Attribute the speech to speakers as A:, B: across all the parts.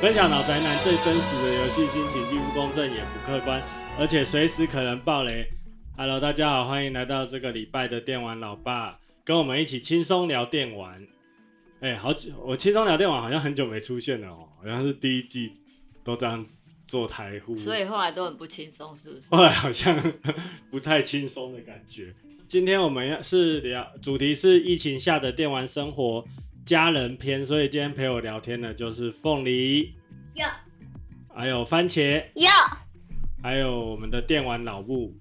A: 分享老宅男最真实的游戏心情，既不公正也不客观，而且随时可能爆雷。Hello，大家好，欢迎来到这个礼拜的电玩老爸，跟我们一起轻松聊电玩。哎、好久我轻松聊电玩好像很久没出现了哦，好像是第一季都这样做台呼，
B: 所以后来都很不轻松，是 不是？
A: 后来好像不太轻松的感觉。今天我们要是聊主题是疫情下的电玩生活家人篇，所以今天陪我聊天的就是凤梨，
C: 哟
A: 还有番茄，
C: 哟，
A: 还有我们的电玩老布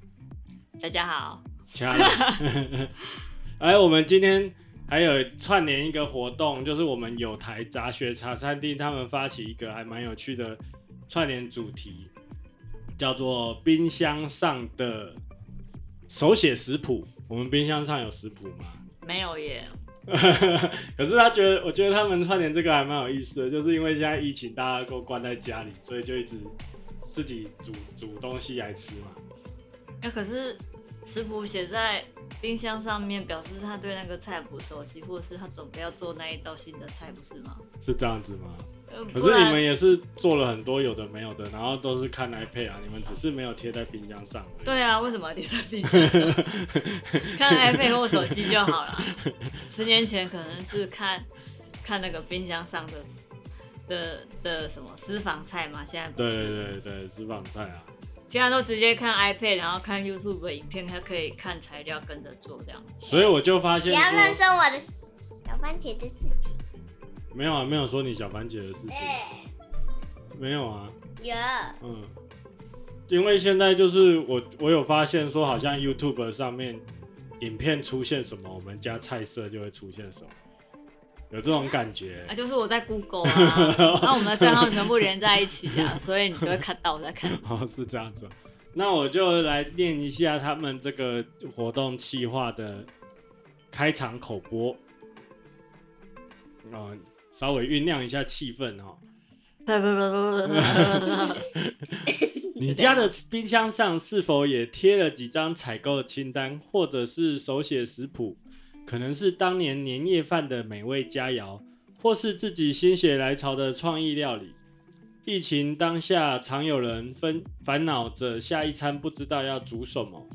B: 大家好，
A: 家人。哎，我们今天还有串联一个活动，就是我们有台杂学茶餐厅他们发起一个还蛮有趣的串联主题，叫做“冰箱上的手写食谱”。我们冰箱上有食谱吗？
B: 没有耶，
A: 可是他觉得，我觉得他们串联这个还蛮有意思的，就是因为现在疫情，大家都关在家里，所以就一直自己煮煮东西来吃嘛。
B: 那、哎可是食谱写在冰箱上面，表示他对那个菜不熟悉，或是他准备要做那一道新的菜，不是吗？
A: 是这样子吗？
B: 呃
A: 可
B: 不
A: 是你
B: 然
A: 们也是做了很多有的没有的，然后都是看 iPad 啊，你们只是没有贴在冰箱上而已。
B: 对啊，为什么你在冰箱上 看 iPad 或手机就好了？十年前可能是看看那个冰箱上的的的什么私房菜嘛，现在不
A: 对
B: 是。
A: 对对对，私房菜啊，
B: 现在都直接看 iPad，然后看 YouTube 的影片，他可以看材料跟着做这样子。
A: 所以我就发现
C: 不要乱
A: 说，
C: 说我的小番茄的事情。
A: 没有啊，没有说你小番茄的事情，
C: 哎、
A: 没有啊，
C: 有
A: 嗯，因为现在就是我我有发现说，好像 YouTube 上面影片出现什么，我们家菜色就会出现什么，有这种感觉
B: 啊，。就是我在 Google 啊，然后我们的账号全部连在一起啊，所以你就会看到我在看。
A: 哦，是这样子哦。那我就来念一下他们这个活动企划的开场口播，哦，稍微酝酿一下气氛哦。你家的冰箱上是否也贴了几张采购清单，或者是手写食谱？可能是当年年夜饭的美味佳肴，或是自己心血来潮的创意料理。疫情当下，常有人分烦恼着下一餐不知道要煮什么，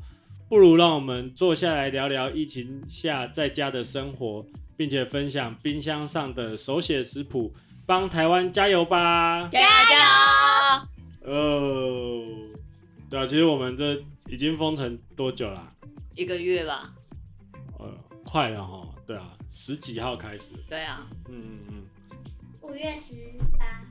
A: 不如让我们坐下来聊聊疫情下在家的生活，并且分享冰箱上的手写食谱，帮台湾加油吧！
B: 加油加油！
A: 哦，对啊，其实我们这已经封城多久啦、
B: 一个月吧，
A: 呃，快了哈，对啊，十几号开始，
B: 对啊，
A: 嗯嗯嗯，
C: 五月十八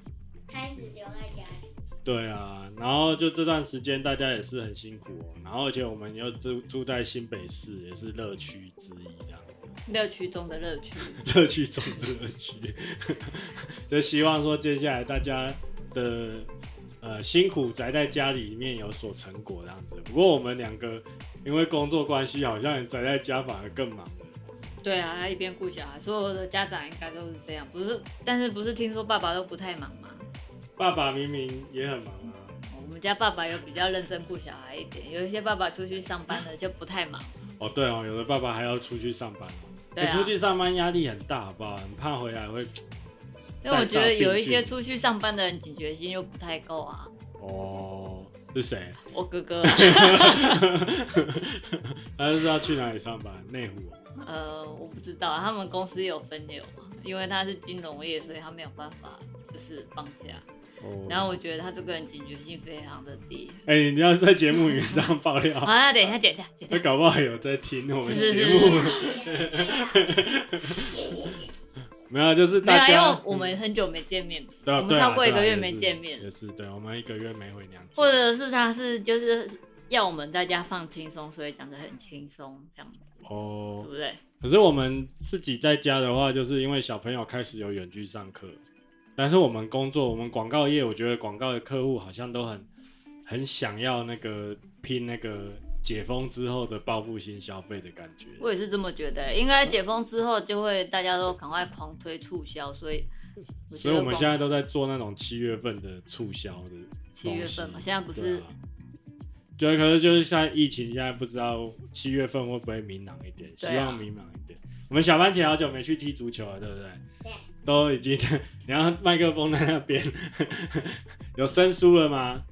C: 开始留在家里。
A: 对啊，然后就这段时间大家也是很辛苦哦，然后而且我们又住住在新北市，也是乐区之一这样，
B: 乐趣中的乐趣。
A: 乐趣中的乐趣， 就希望说接下来大家的呃辛苦宅在家里面有所成果这样子。不过我们两个因为工作关系，好像宅在家反而更忙了。
B: 对啊，他一边顾小孩，所有的家长应该都是这样，不是？但是不是听说爸爸都不太忙吗？
A: 爸爸明明也很忙啊，
B: 我们家爸爸有比较认真顾小孩一点，有一些爸爸出去上班了就不太忙。
A: 哦对哦，有的爸爸还要出去上班哦。
B: 对啊
A: 你出去上班压力很大，好不好？很怕回来会
B: 因为我觉得有一些出去上班的人警觉性又不太够 啊。
A: 哦，是谁？
B: 我 哥哥啊、
A: 他是要去哪里上班？内湖哦。
B: 呃，我不知道，他们公司有分流嘛，因为他是金融业，所以他没有办法就是放假。
A: 哦
B: 然后我觉得他这个人警觉性非常的低。
A: 哎、你要在节目里面这样爆
B: 好，
A: 料，
B: 那等一下剪掉，剪
A: 他
B: 掉。
A: 搞不好有在听我们
B: 啊是
A: 节
B: 是
A: 目。
C: 我
A: 没有，就是
B: 没有
A: 大
B: 啊，因
A: 家
B: 为我们很久没见面，
A: 对啊
B: 我们
A: 对啊
B: 超过一
A: 对啊
B: 个月
A: 也
B: 没
A: 是
B: 见面
A: 也是对，我们一个月没回娘家，
B: 或者是他是就是要我们大家放轻松，所以讲的很轻松这样子，对
A: 哦
B: 不。对？
A: 可是我们自己在家的话，就是因为小朋友开始有远距上课，但是我们工作，我们广告业，我觉得广告的客户好像都很很想要那个拼那个解封之后的报复性消费的感觉。
B: 我也是这么觉得、欸应该解封之后就会大家都赶快狂推促销，所以我觉
A: 所以
B: 得
A: 我们
B: 广
A: 现在都在做那种七月份的促销的
B: 七月份嘛
A: 东西
B: 现在不是
A: 对啊对，啊可是就是像疫情，现在不知道七月份会不会明朗一点，希
B: 对啊
A: 望明朗一点。我们小番茄好久没去踢足球了，对不对？
C: 对
A: 都已经， 然后麦克风在那边， 有生疏了吗？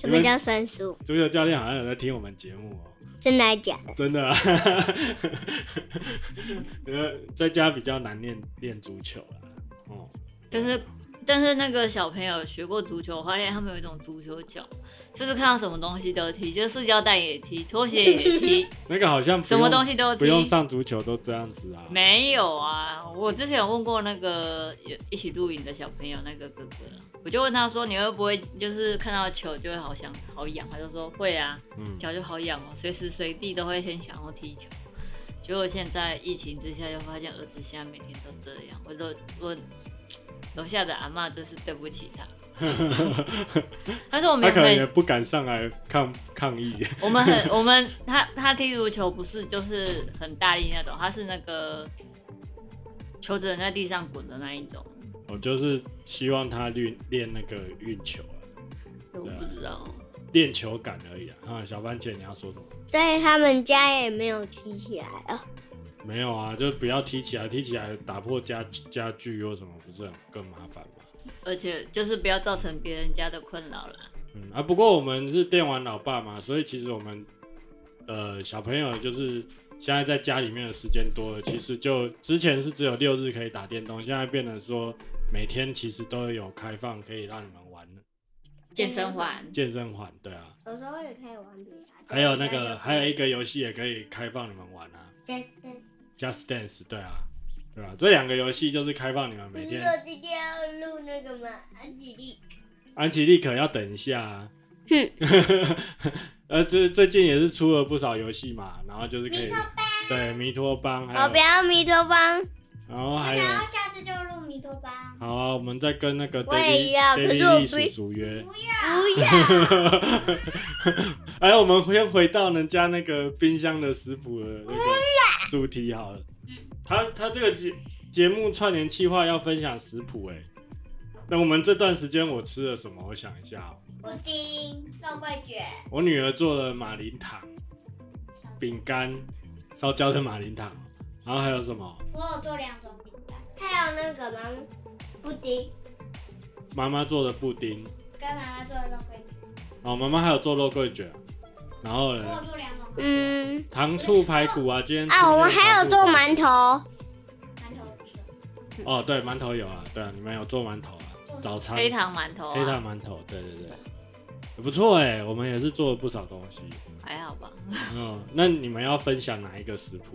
C: 什么叫生疏？
A: 足球教练好像有在听我们节目哦，
C: 真的还假的？
A: 真的啊。 呃，在家比较难练练足球啦。哦，
B: 但是但是那个小朋友学过足球，我发现他们有一种足球脚，就是看到什么东西都踢，就是塑胶袋也踢，拖鞋 也踢，
A: 那个好像不
B: 什么
A: 用
B: 东西都
A: 不
B: 踢。
A: 用上足球都这样子啊。
B: 没有啊，我之前有问过那个有一起录影的小朋友，那个哥哥，我就问他说：“你会不会就是看到球就会好想好痒？”他就说：“会啊，
A: 嗯，
B: 脚就好痒哦，随时随地都会很想要踢球。”结果现在疫情之下，又发现儿子现在每天都这样，我楼我楼下的阿嬷真是对不起他。他说
A: 他
B: 我们
A: 啊可能
B: 很
A: 也不敢上来抗抗议。
B: 我们很，我们他他踢足球不是就是很大力那种，他是那个球只能在地上滚的那一种。
A: 我就是希望他练练那个运球啊，
B: 我不知道，
A: 练球感而已啊。啊，小番茄你要说什么？
D: 在他们家也没有踢起来啊。
A: 没有啊，就不要踢起来，踢起来打破家家具又什么，不是很更麻烦吗？
B: 而且就是不要造成别人家的困扰啦。
A: 嗯啊，不过我们是电玩老爸嘛，所以其实我们呃小朋友就是现在在家里面的时间多了，其实就之前是只有六日可以打电动，现在变成说每天其实都有开放可以让你们玩
B: 健身环，
A: 健身环，对啊，
D: 有时候也可以玩比赛。
A: 还有那个还有一个游戏也可以开放你们玩啊
C: 对对，
A: ，Just Dance，对啊，对啊，这两个游戏就是开放你们
D: 不
A: 每
D: 是
A: 天。
D: 说今天要录那个吗？安吉丽，
A: 安琪丽可要等一下、啊。
D: 哼
A: 呃，最最近也是出了不少游戏嘛，然后就是可以对弥托邦，还
D: 我不
A: 有
D: 要弥托邦，
A: 然后还有
C: 然后下次就录弥托邦。
A: 好啊，我们再跟那个
D: 我也
A: Daily
D: 要可是我
A: Daily
D: 不
A: 叔叔约。
D: 不要。
A: 哎，我们先回到人家那个冰箱的食谱的那个主题好了。他他这个节节目串联计划要分享食谱哎、那我们这段时间我吃了什么？我想一下哦、
C: 布丁、肉桂卷、
A: 我女儿做了马铃糖。饼干、烧焦的马铃糖，然后还有什么？
C: 我有做两种饼干，
D: 还有那个吗？
C: 布丁
A: 妈妈做的布丁，
C: 跟妈妈做的肉桂卷，
A: 哦，妈妈还有做肉桂卷，然后
C: 我有
A: 呢，
C: 做两种
D: 嗯
A: 糖醋排骨啊，今天
D: 啊，我们还有做
A: 馒
D: 馒头，
C: 馒头吃，
A: 哦，对，馒头有啊，对啊，你们有做馒头啊，早餐
B: 黑糖馒头、啊，
A: 黑糖馒头，对对对，不错哎，我们也是做了不少东西，
B: 还好吧？
A: 嗯，那你们要分享哪一个食谱？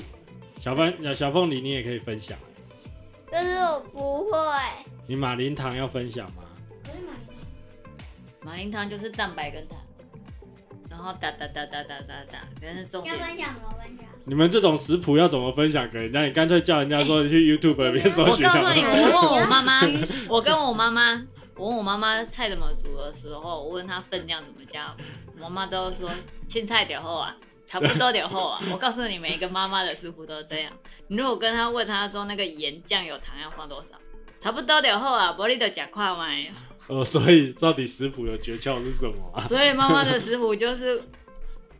A: 小凤小凤梨你也可以分享，欸
D: 可是我不会。
A: 你马铃糖要分享吗？
C: 不是马铃薯
B: 马铃糖就是蛋白跟糖，然后打打打打打打打，但是重
C: 要
B: 点
C: 分享了，分享。
A: 你们这种食谱要怎么分享给人家？你干脆叫人家
B: 哎
A: 说你去 YouTube 里面搜
B: 啊我
A: 寻好
B: 告
A: 了
B: 诉你，我问我妈妈，我跟我妈妈，我问我妈妈菜怎么煮的时候，我问她分量怎么加，我妈妈都说青菜点后啊，差不多点后啊。我告诉你，每一个妈妈的师傅都这样。你如果跟她问她说那个盐、酱油、糖要放多少，差不多点后啊，不然你就假快嘛。
A: 呃，所以到底食谱的诀窍是什么啊？
B: 所以妈妈的师傅就是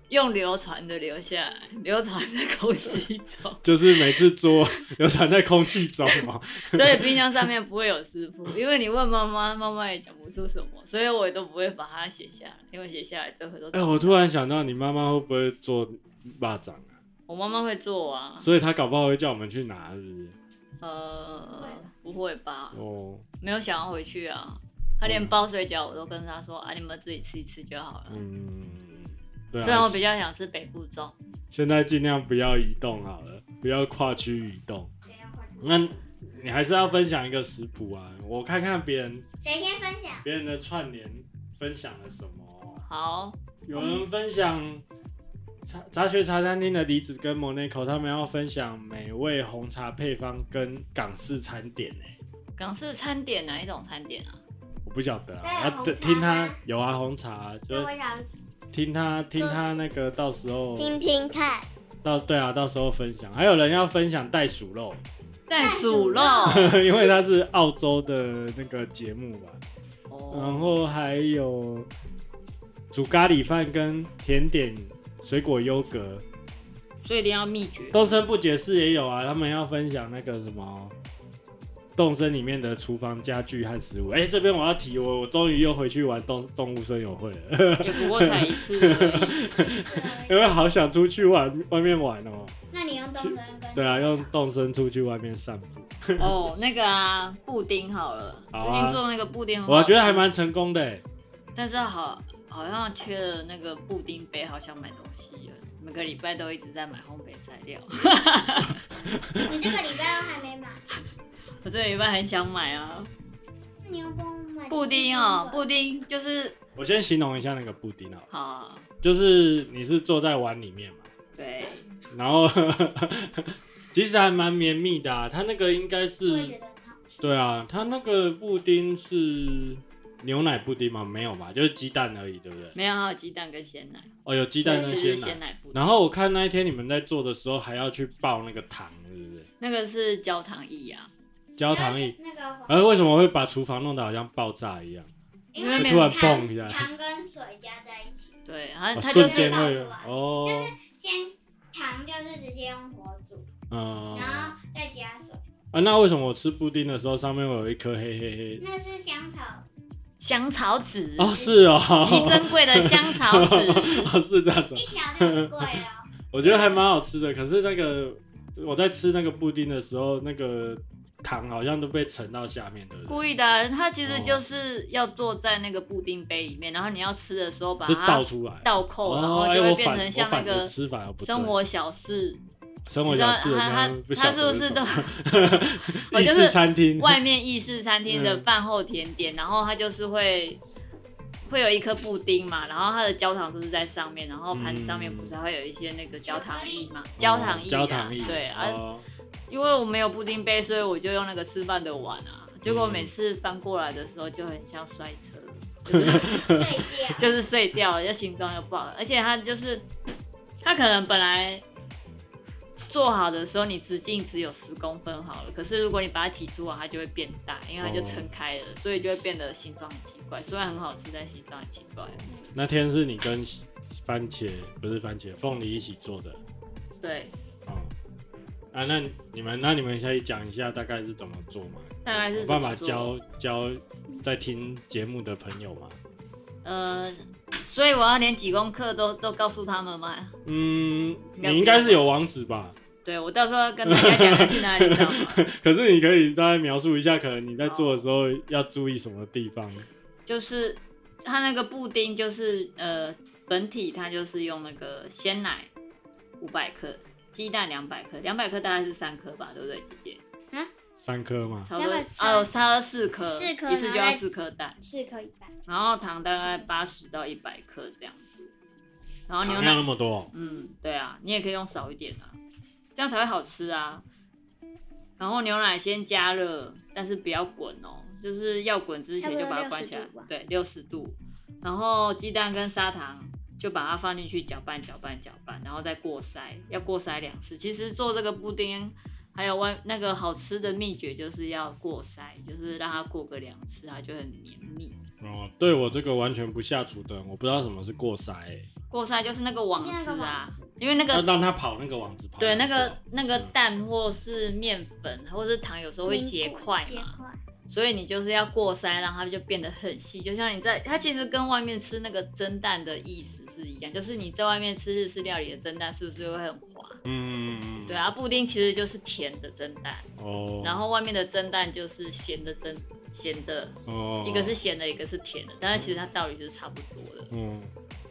B: 用流传的留下来，流传在空气中。
A: 就是每次做流传在空气中嘛。
B: 所以冰箱上面不会有师傅，因为你问妈妈，妈妈也讲不出什么，所以我也都不会把它写下来，因为写下来最后都
A: 哎、我突然想到，你妈妈会不会做蚂蚱啊？
B: 我妈呃妈会做啊，
A: 所以她搞不好会叫我们去拿，是不是？
B: 呃，不会吧？
A: 哦，
B: 没有想要回去啊，她连包水饺我都跟她说啊，你们自己吃一吃就好了。
A: 嗯，对
B: 虽然我
A: 啊，
B: 比较想吃北部粽，
A: 现在尽量不要移动好了，不要跨区移动。
C: 谁要 换
A: 那你还是要分享一个食谱啊，我看看别人
C: 谁先分享？
A: 别人的串联分享了什么。啊
B: 好，
A: 有人分享茶杂学茶餐厅的李子跟 Monaco，他们要分享美味红茶配方跟港式餐点呢、
B: 港式餐点哪一种餐点啊？
A: 我不晓得啊，
C: 那有
A: 要
C: 哎红
A: 等听他有啊红
C: 茶吗
A: 茶，就
C: 那我想
A: 听他听他那个到时候
D: 听听看，
A: 到对啊，到时候分享。还有人要分享袋鼠肉，
B: 袋鼠肉，
A: 因为它是澳洲的那个节目吧。然
B: 哦，
A: 后还有煮咖喱饭跟甜点水果优格，
B: 所以一定要秘诀。
A: 东升不解释也有啊，他们要分享那个什么动森里面的厨房家具和食物。哎、这边我要提，我我终于又回去玩动动物森友会了，
B: 也不过才一次而已。
A: 因为好想出去玩外面玩哦、
C: 那你用动针跟
A: 对啊，用动森出去外面散步，
B: 哦，那个啊，布丁好了，
A: 好啊
B: 最近做那个布丁很好吃
A: 我觉得还，蛮成功的、哎
B: 但是好好像缺了那个布丁杯，好想买东西了。每个礼拜都一直在买烘焙材料，
C: 你这个礼拜都还没买，
B: 我这个礼拜很想买啊。
C: 那你用帮我买
B: 布丁哦，布
C: 丁
B: 丁就是
A: 我先形容一下那个布丁啊，
B: 好啊，
A: 就是你是坐在碗里 面嘛，
B: 对，
A: 然后 其实还蛮绵密的啊，它那个应该
C: 我也
A: 是
C: 觉得很好吃。
A: 对啊，它那个布丁是牛奶布丁吗？没有吧，就是鸡蛋而已，对不对？
B: 没有还有鸡蛋跟鲜奶，
A: 哦，有鸡
B: 鸡
A: 蛋跟
B: 是
A: 鲜奶
B: 鲜。奶布丁，
A: 然后我看那一天你们在做的时候，还要去爆那个糖，对不对？
B: 那个是焦糖液啊，
A: 焦糖液。
C: 那个黄，
A: 而为什么会把厨房弄得好像爆炸一样？
C: 因为
B: 会
A: 突然
C: 糖
A: 蹦一下
C: 糖跟水加在一起，
B: 对，它
A: 哦
B: 它
A: 瞬
B: 就
A: 间
B: 是
A: 会
C: 嗯就是爆出来
A: 哦，
C: 先糖就是直接用火煮，
A: 嗯
C: 然后再加水，
A: 啊，那为什么我吃布丁的时候上面会有一颗黑黑黑？
C: 那是香草，
B: 香草籽，
A: 哦，是哦，
B: 极嗯珍贵的香草籽，
A: 哦，是这样子
C: 一。条就很贵了。
A: 我觉得还蛮好吃的，可是那个我在吃那个布丁的时候，那个糖好像都被沉到下面，对不对？
B: 故意的啊、它其实就是要坐在那个布丁杯里面，然后你要吃的时候把
A: 是倒
B: 它
A: 出来。
B: 倒扣，然
A: 哦，
B: 后
A: 哎、
B: 就
A: 我
B: 会
A: 反我
B: 变成像那
A: 反着
B: 个
A: 吃反而不对
B: 生活小事，
A: 生
B: 你
A: 活
B: 知道
A: 小事，
B: 它它
A: 然后不晓
B: 它
A: 得
B: 是不是
A: 什
B: 都
A: 么
B: 我
A: 意
B: 就是
A: 式餐厅？嗯
B: 外面意式餐厅的饭后甜点，然后它就是会会有一颗布丁嘛，然后它的焦糖都是在上面，然后盘子上面不是还会有一些那个焦糖液嘛，焦糖液、
A: 嗯
B: 啊，
A: 焦哦糖液，
B: 对啊，
A: 哦
B: 因为我没有布丁杯，所以我就用那个吃饭的碗啊，结果每次翻过来的时候就很像摔车，
C: 碎掉，
B: 就是碎掉了，就形状又不好，而且它就是它可能本来。做好的时候，你直径只有十公分好了。可是如果你把它挤出来，它就会变大，因
A: 哦
B: 为它就撑开了，所以就会变得形状很奇怪。虽然很好吃，但形状很奇怪。
A: 那天是你跟番茄不是番茄凤梨一起做的
B: 对，
A: 哦。啊，那你们那你们可以讲一下大概是怎么做吗？
B: 大概是
A: 有
B: 怎
A: 办
B: 么
A: 法
B: 做
A: 教教在听节目的朋友吗？
B: 呃，所以我要连几公克都都告诉他 们吗？
A: 嗯，
B: 应该
A: 你应该是有网址吧？
B: 对，我到时候跟大家讲要去哪里找嘛。
A: 可是你可以大概描述一下，可能你在做的时候要注意什么地方？
B: 就是它那个布丁，就是呃，本体它就是用那个鲜奶五百克，鸡蛋两百克，两百克大概是三颗吧，对不对，姐姐？
A: 三颗吗？
B: 差不多
C: 200克
B: 哦，差不多四颗，
C: 四颗
B: 一次就
C: 然
B: 要
C: 后再
B: 四颗蛋，
C: 四颗一半，
B: 然后糖大概八十到一百克这样子，然后牛
A: 糖
B: 奶
A: 量那么多，
B: 嗯，对啊，你也可以用少一点啊，这样才会好吃啊。然后牛奶先加热，但是不要滚哦，就是要滚之前就把它关起来
C: 差不多60度吧，
B: 对，六十度。然后鸡蛋跟砂糖就把它放进去搅拌搅拌搅拌，然后再过筛，要过筛两次。其实做这个布丁还有外那个好吃的秘诀就是要过筛，就是让它过个两次，它就很绵密。
A: 哦，对我这个完全不下厨的人，我不知道什么是过筛、欸，
B: 过筛就是那个网
C: 那
B: 子
C: 个
B: 啊
C: 网子，
B: 因为那个
A: 要让它跑哦那个网子跑。
B: 对，那个那个
A: 嗯
B: 蛋或是面粉或是糖有时候会结块
C: 结
B: 嘛，
C: 块，
B: 所以你就是要过筛，让它就变得很细。就像你在它其实跟外面吃那个蒸蛋的意思是一样，就是你在外面吃日式料理的蒸蛋是不是会很滑？
A: 嗯，嗯
B: 对，啊，布丁其实就是甜的蒸蛋，
A: 嗯哦，
B: 然后外面的蒸蛋就是咸的蒸咸的，
A: 哦，
B: 一个是咸的，一个是甜的，但是其实它道理就是差不多的。
A: 嗯，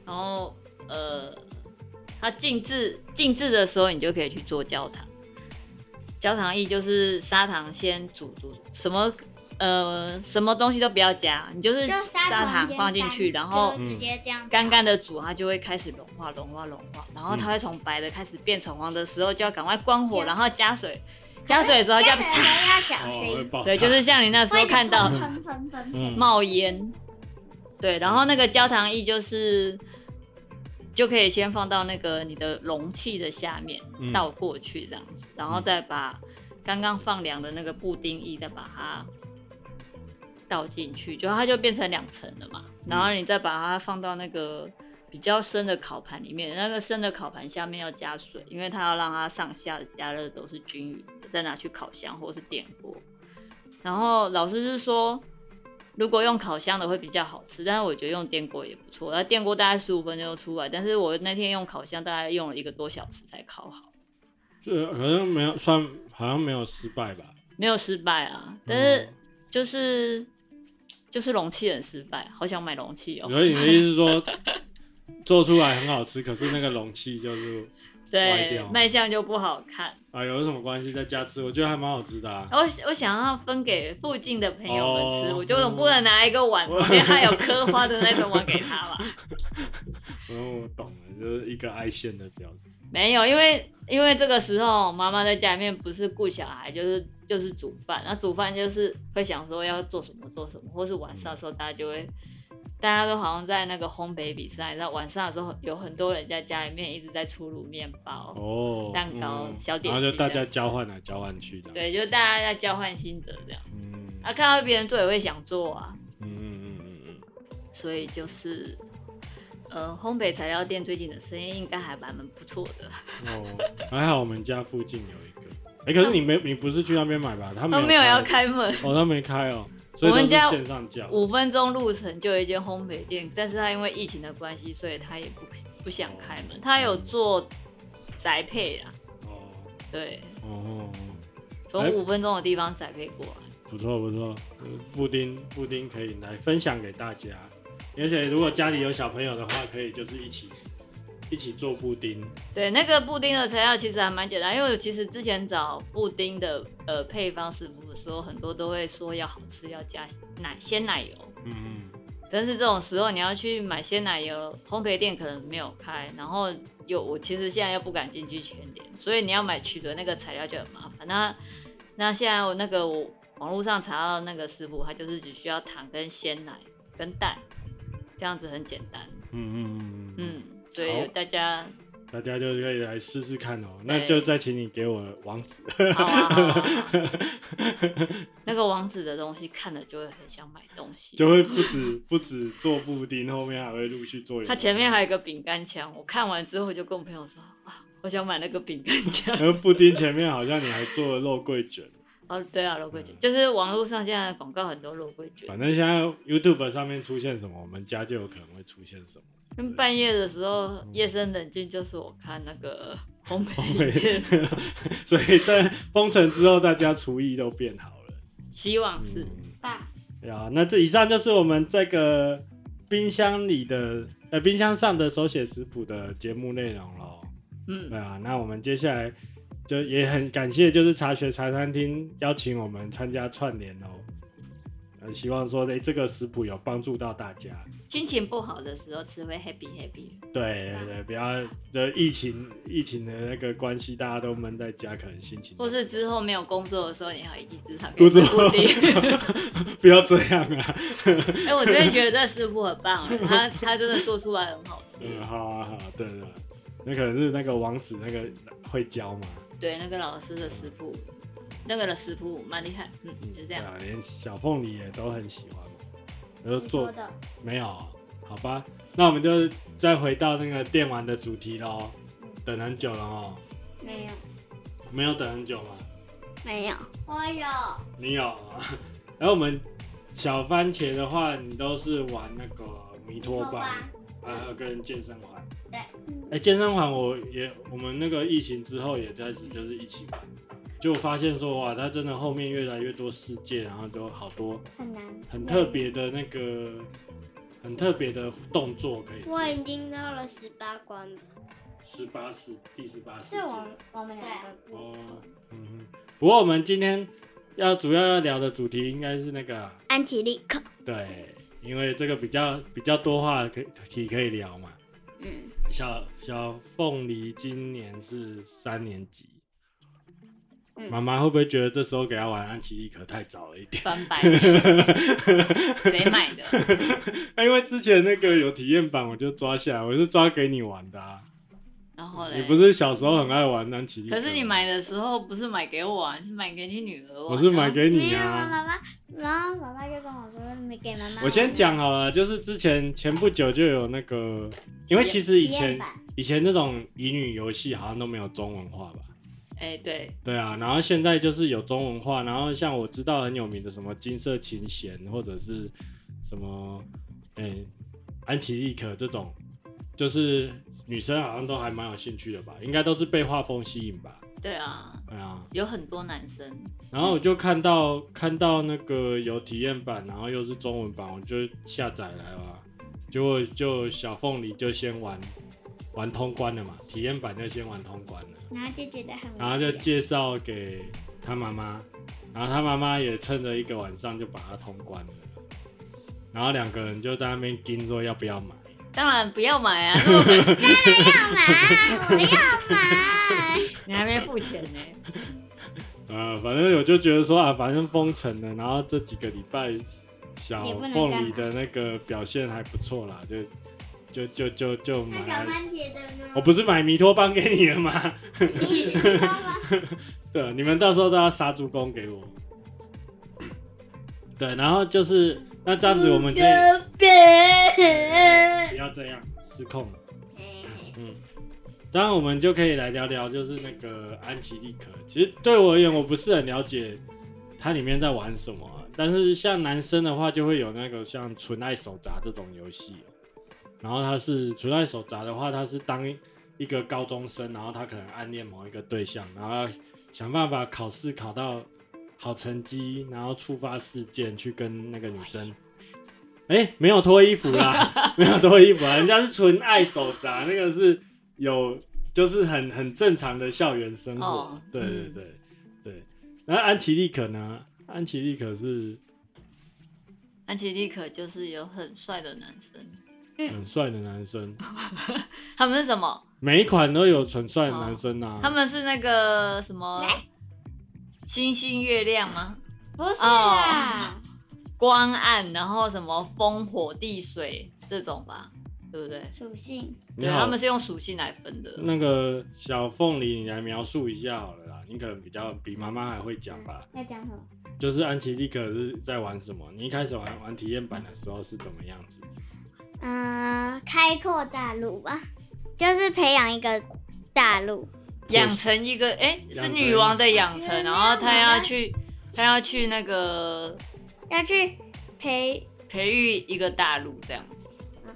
B: 然后呃，它静置静置的时候，你就可以去做焦糖。焦糖液就是砂糖先煮煮，什么呃什么东西都不要加，你就是
C: 就砂
B: 砂糖
C: 先
B: 放进去，
C: 干
B: 然后
C: 就直接这样
B: 干干的煮，它就会开始融化融化融化，然后它会从白的开始变橙黄的时候，就要赶快关火，
C: 就
B: 然后加水，加水的时候
C: 炒，
B: 就要
C: 但是要小
A: 哦，会
C: 心，
A: 爆炸
B: 对，就是像你那时候看到
C: 会 喷喷喷喷，
A: 嗯
B: 冒烟。对，然后那个焦糖液就是就可以先放到那个你的容器的下面
A: 嗯
B: 倒过去这样子，然后再把刚刚放凉的那个布丁液再把它倒进去，就它就变成两层了
A: 嗯
B: 嘛。然后你再把它放到那个比较深的烤盘里面，那个深的烤盘下面要加水，因为它要让它上下的加热都是均匀的，再拿去烤箱或是电锅。然然后老师是说，如果用烤箱的会比较好吃，但是我觉得用电锅也不错。然后电锅大概十五分钟就出来，但是我那天用烤箱大概用了一个多小时才烤好，
A: 就好像没有算，好像没有失败吧？
B: 没有失败啊。但是就是、就是容器很失败，好想买容器 哦、
A: 所以你的意思是 说，做出来很好吃，可是那个容器就是歪
B: 对
A: 掉，
B: 卖相就不好看。
A: 啊，有什么关系？在家吃，我觉得还蛮好吃的啊。
B: 我我想要分给附近的朋友们吃，
A: 哦
B: 我就总不能拿一个碗，
A: 我
B: 旁边还有 刻花的那种碗给他吧？
A: 嗯，我懂了，就是一个爱线的标志。
B: 没有，因为因为这个时候妈妈在家里面不是顾小孩，就是就是煮饭，那煮饭就是会想说要做什么做什么，或是晚上的时候大家就会。大家都好像在那个烘焙比赛，然后晚上的时候有很多人在家里面一直在出炉面包，
A: 哦，
B: 蛋糕
A: 嗯
B: 小点
A: 然
B: 心
A: 后就大家交换来交换去的。，
B: 对，就大家在交换心得这样。
A: 嗯
B: 啊，看到别人做也会想做啊，
A: 嗯嗯嗯嗯
B: 所以就是，呃，烘焙材料店最近的生意应该还蛮不错的。
A: 嗯，哦，还好我们家附近有一个。哎、可是你没你不是去那边买吧？他
B: 他
A: 们
B: 哦没有要，开门，
A: 哦，他没开哦，所以
B: 我们
A: 都是
B: 家
A: 线上叫。
B: 五分钟路程就有一间烘焙店，但是他因为疫情的关系，所以他也不不想开门。他有做宅配啊，
A: 哦
B: 对，
A: 哦，
B: 从
A: 哎
B: 五分钟的地方宅配过来。
A: 不错不错，嗯布丁布丁可以来分享给大家，而且如果家里有小朋友的话，可以就是一起一起做布丁。
B: 对，那个布丁的材料其实还蛮简单，因为我其实之前找布丁的呃配方师傅的时候，很多都会说要好吃，要加奶鲜奶油。
A: 嗯
B: 但是这种时候你要去买鲜奶油，烘焙店可能没有开，然后有我其实现在又不敢进去全联，所以你要买取得那个材料就很麻烦。那那现在我那个我网络上查到那个食谱，它就是只需要糖跟鲜奶跟蛋，这样子很简单。
A: 嗯嗯嗯嗯，
B: 嗯，所
A: 好
B: 以大家
A: 大家就可以来试试看哦。
B: 对
A: 那就再请你给我网址。
B: 好啊好啊好啊那个王子的东西看了就会很想买东西。
A: 就会不止不止做布丁，后面还会陆续做。
B: 他前面还有一个饼干墙，我看完之后就跟我朋友说啊，我想买那个饼干墙。
A: 然后布丁前面好像你还做了肉桂卷，
B: 哦，对啊，肉桂卷就是网络上现在广告很多肉桂卷，
A: 反正现在 YouTube 上面出现什么，我们家就有可能会出现什么。
B: 因为半夜的时候夜深人静，就是我看那个嗯 烘焙
A: 对
B: 店，，
A: 所以在封城之后，大家厨艺都变好了。
B: 希望是
C: 爸，
A: 对啊，那这以上就是我们这个冰箱里的呃冰箱上的手写食谱的节目内容喽。
B: 嗯，
A: 对啊，那我们接下来就也很感谢，就是茶学茶餐厅邀请我们参加串联哦。呃，希望说，哎、这个食谱有帮助到大家。
B: 心情不好的时候吃会 happy happy。
A: 对
B: 嗯
A: 对对，不要的疫情疫情的那个关系，大家都闷在家，可能心情
B: 或是之后没有工作的时候，你还有一技之长可
A: 不
B: 以
A: 知
B: 做
A: 道
B: 固定。
A: 不要这样啊。
B: 哎、我真的觉得这师傅很棒、哎，他他真的做出来很好吃。
A: 嗯，好啊好啊，对对对那可能是那个王子那个会教嘛，
B: 对，那个老师的师傅，那个的师傅蛮厉害。嗯，就这
A: 对
B: 样。
A: 啊，连小凤梨也都很喜欢嘛，然后
C: 你
A: 做
C: 说的，
A: 没有，好吧，那我们就再回到那个电玩的主题喽。等很久了哦，
C: 没有，
A: 没有等很久吗？
D: 没有，
C: 我有，
A: 你有啊。 然后我们小番茄的话，你都是玩那个弥托
C: 托
A: 邦，
C: 邦
A: 啊，跟健身环。
C: 对，
A: 哎、健身环我也，我们那个疫情之后也开始就是一起玩，就发现说哇，它真的后面越来越多世界，然后都好多
C: 很难，
A: 很特别的那个很特别的动作可以做
D: 我。 已经到了十八关了。
A: 十八世第十八世
C: 是
A: 界。
C: 我我们两个
A: 哦，嗯哼，不过我们今天要主要要聊的主题应该是那个啊，
D: 安提利克，
A: 对，因为这个比较比较多话可以题可以聊嘛。
D: 嗯，
A: 小小凤梨今年是三年级，
D: 嗯
A: 妈妈会不会觉得这时候给她玩安琪丽可太早了一点？
B: 翻白 眼，谁买的？
A: 因为之前那个有体验版，我就抓下来，我是抓给你玩的啊。
B: 然后嘞，
A: 你不是小时候很爱玩安琪丽？
B: 欸可是你，买的时候不是买给我啊，是买给你女儿玩啊。
A: 我是买给
C: 没
A: 你
C: 有
A: 啊。
C: 啊，爸爸，然后爸爸就跟我说没给妈妈，
A: 我先讲好了，就是之前前不久就有那个，因为其实以
C: 体验
A: 前
C: 版
A: 以前那种乙女游戏好像都没有中文化吧？
B: 哎、对，
A: 对啊，然后现在就是有中文化，然后像我知道很有名的什么金色琴弦，或者是什么哎、安琪丽可这种，就是女生好像都还蛮有兴趣的吧，应该都是被画风吸引吧，
B: 对啊，
A: 对啊。
B: 有很多男生，
A: 然后我就看到看到那个有体验版，然后又是中文版，我就下载来了。结果就小凤梨就先玩玩通关了嘛，体验版就先玩通关了，
C: 然后就觉得很无
A: 然后就介绍给他妈妈，然后他妈妈也趁着一个晚上就把它通关了，然后两个人就在那边盯说要不要买，
B: 当然不要买 啊，那么
C: 要买，我要买。
B: 你还没付钱呢、
A: 呃，反正我就觉得说啊，反正封城了，然后这几个礼拜小
D: 也不能
A: 凤
D: 干
A: 梨
D: 嘛
A: 的那个表现还不错啦，就就就就就买
C: 那小
A: 来。
C: 番茄的呢？
A: 我不是买弥托邦给你了吗？
C: 你也知道吗？
A: 对，啊你们到时候都要杀猪公给我。对，然后就是那这样子，我们就
D: 嗯
A: 不要这样失控了。
C: 哎
A: 嗯，当然我们就可以来聊聊，就是那个安琪丽可。其实对我而言，我不是很了解它里面在玩什么啊、但是像男生的话，就会有那个像《纯爱手札》这种游戏哦、然后它是《纯爱手札》的话，它是当一个高中生，然后他可能暗恋某一个对象，然后要想办法考试考到好成绩，然后触发事件去跟那个女生。哎、没有脱衣服 啦，没有脱衣服啊，人家是纯爱手札，那个是有，就是很很正常的校园生活。
B: 哦
A: 对对
B: 嗯
A: 对、对。然后安琪丽可呢？安琪丽可是
B: 安琪丽可就是有很帅的男生，嗯
A: 很帅的男生，
B: 他们是什么？
A: 每一款都有很帅的男生啊。
B: 哦他们是那个什么星星月亮吗？
C: 不是啦，
B: 光暗，然后什么风火地水这种吧，对不对？
C: 属性
A: 你
B: 对，
A: 好
B: 他们是用属性来分的。
A: 那个小凤梨，你来描述一下好了啦。你可能比较比妈妈还会讲吧。
C: 要讲什么？
A: 就是安琪丽可是在玩什么？你一开始玩玩体验版的时候是怎么样子？
D: 嗯，开阔大陆吧，就是培养一个大陆。
B: 养成一个，哎、
A: 养
B: 是
A: 成
B: 女王的养成，
C: 原来
B: 然后她要去，她要去那个
D: 要去培，
B: 培育一个大陆这样子
D: 嗯。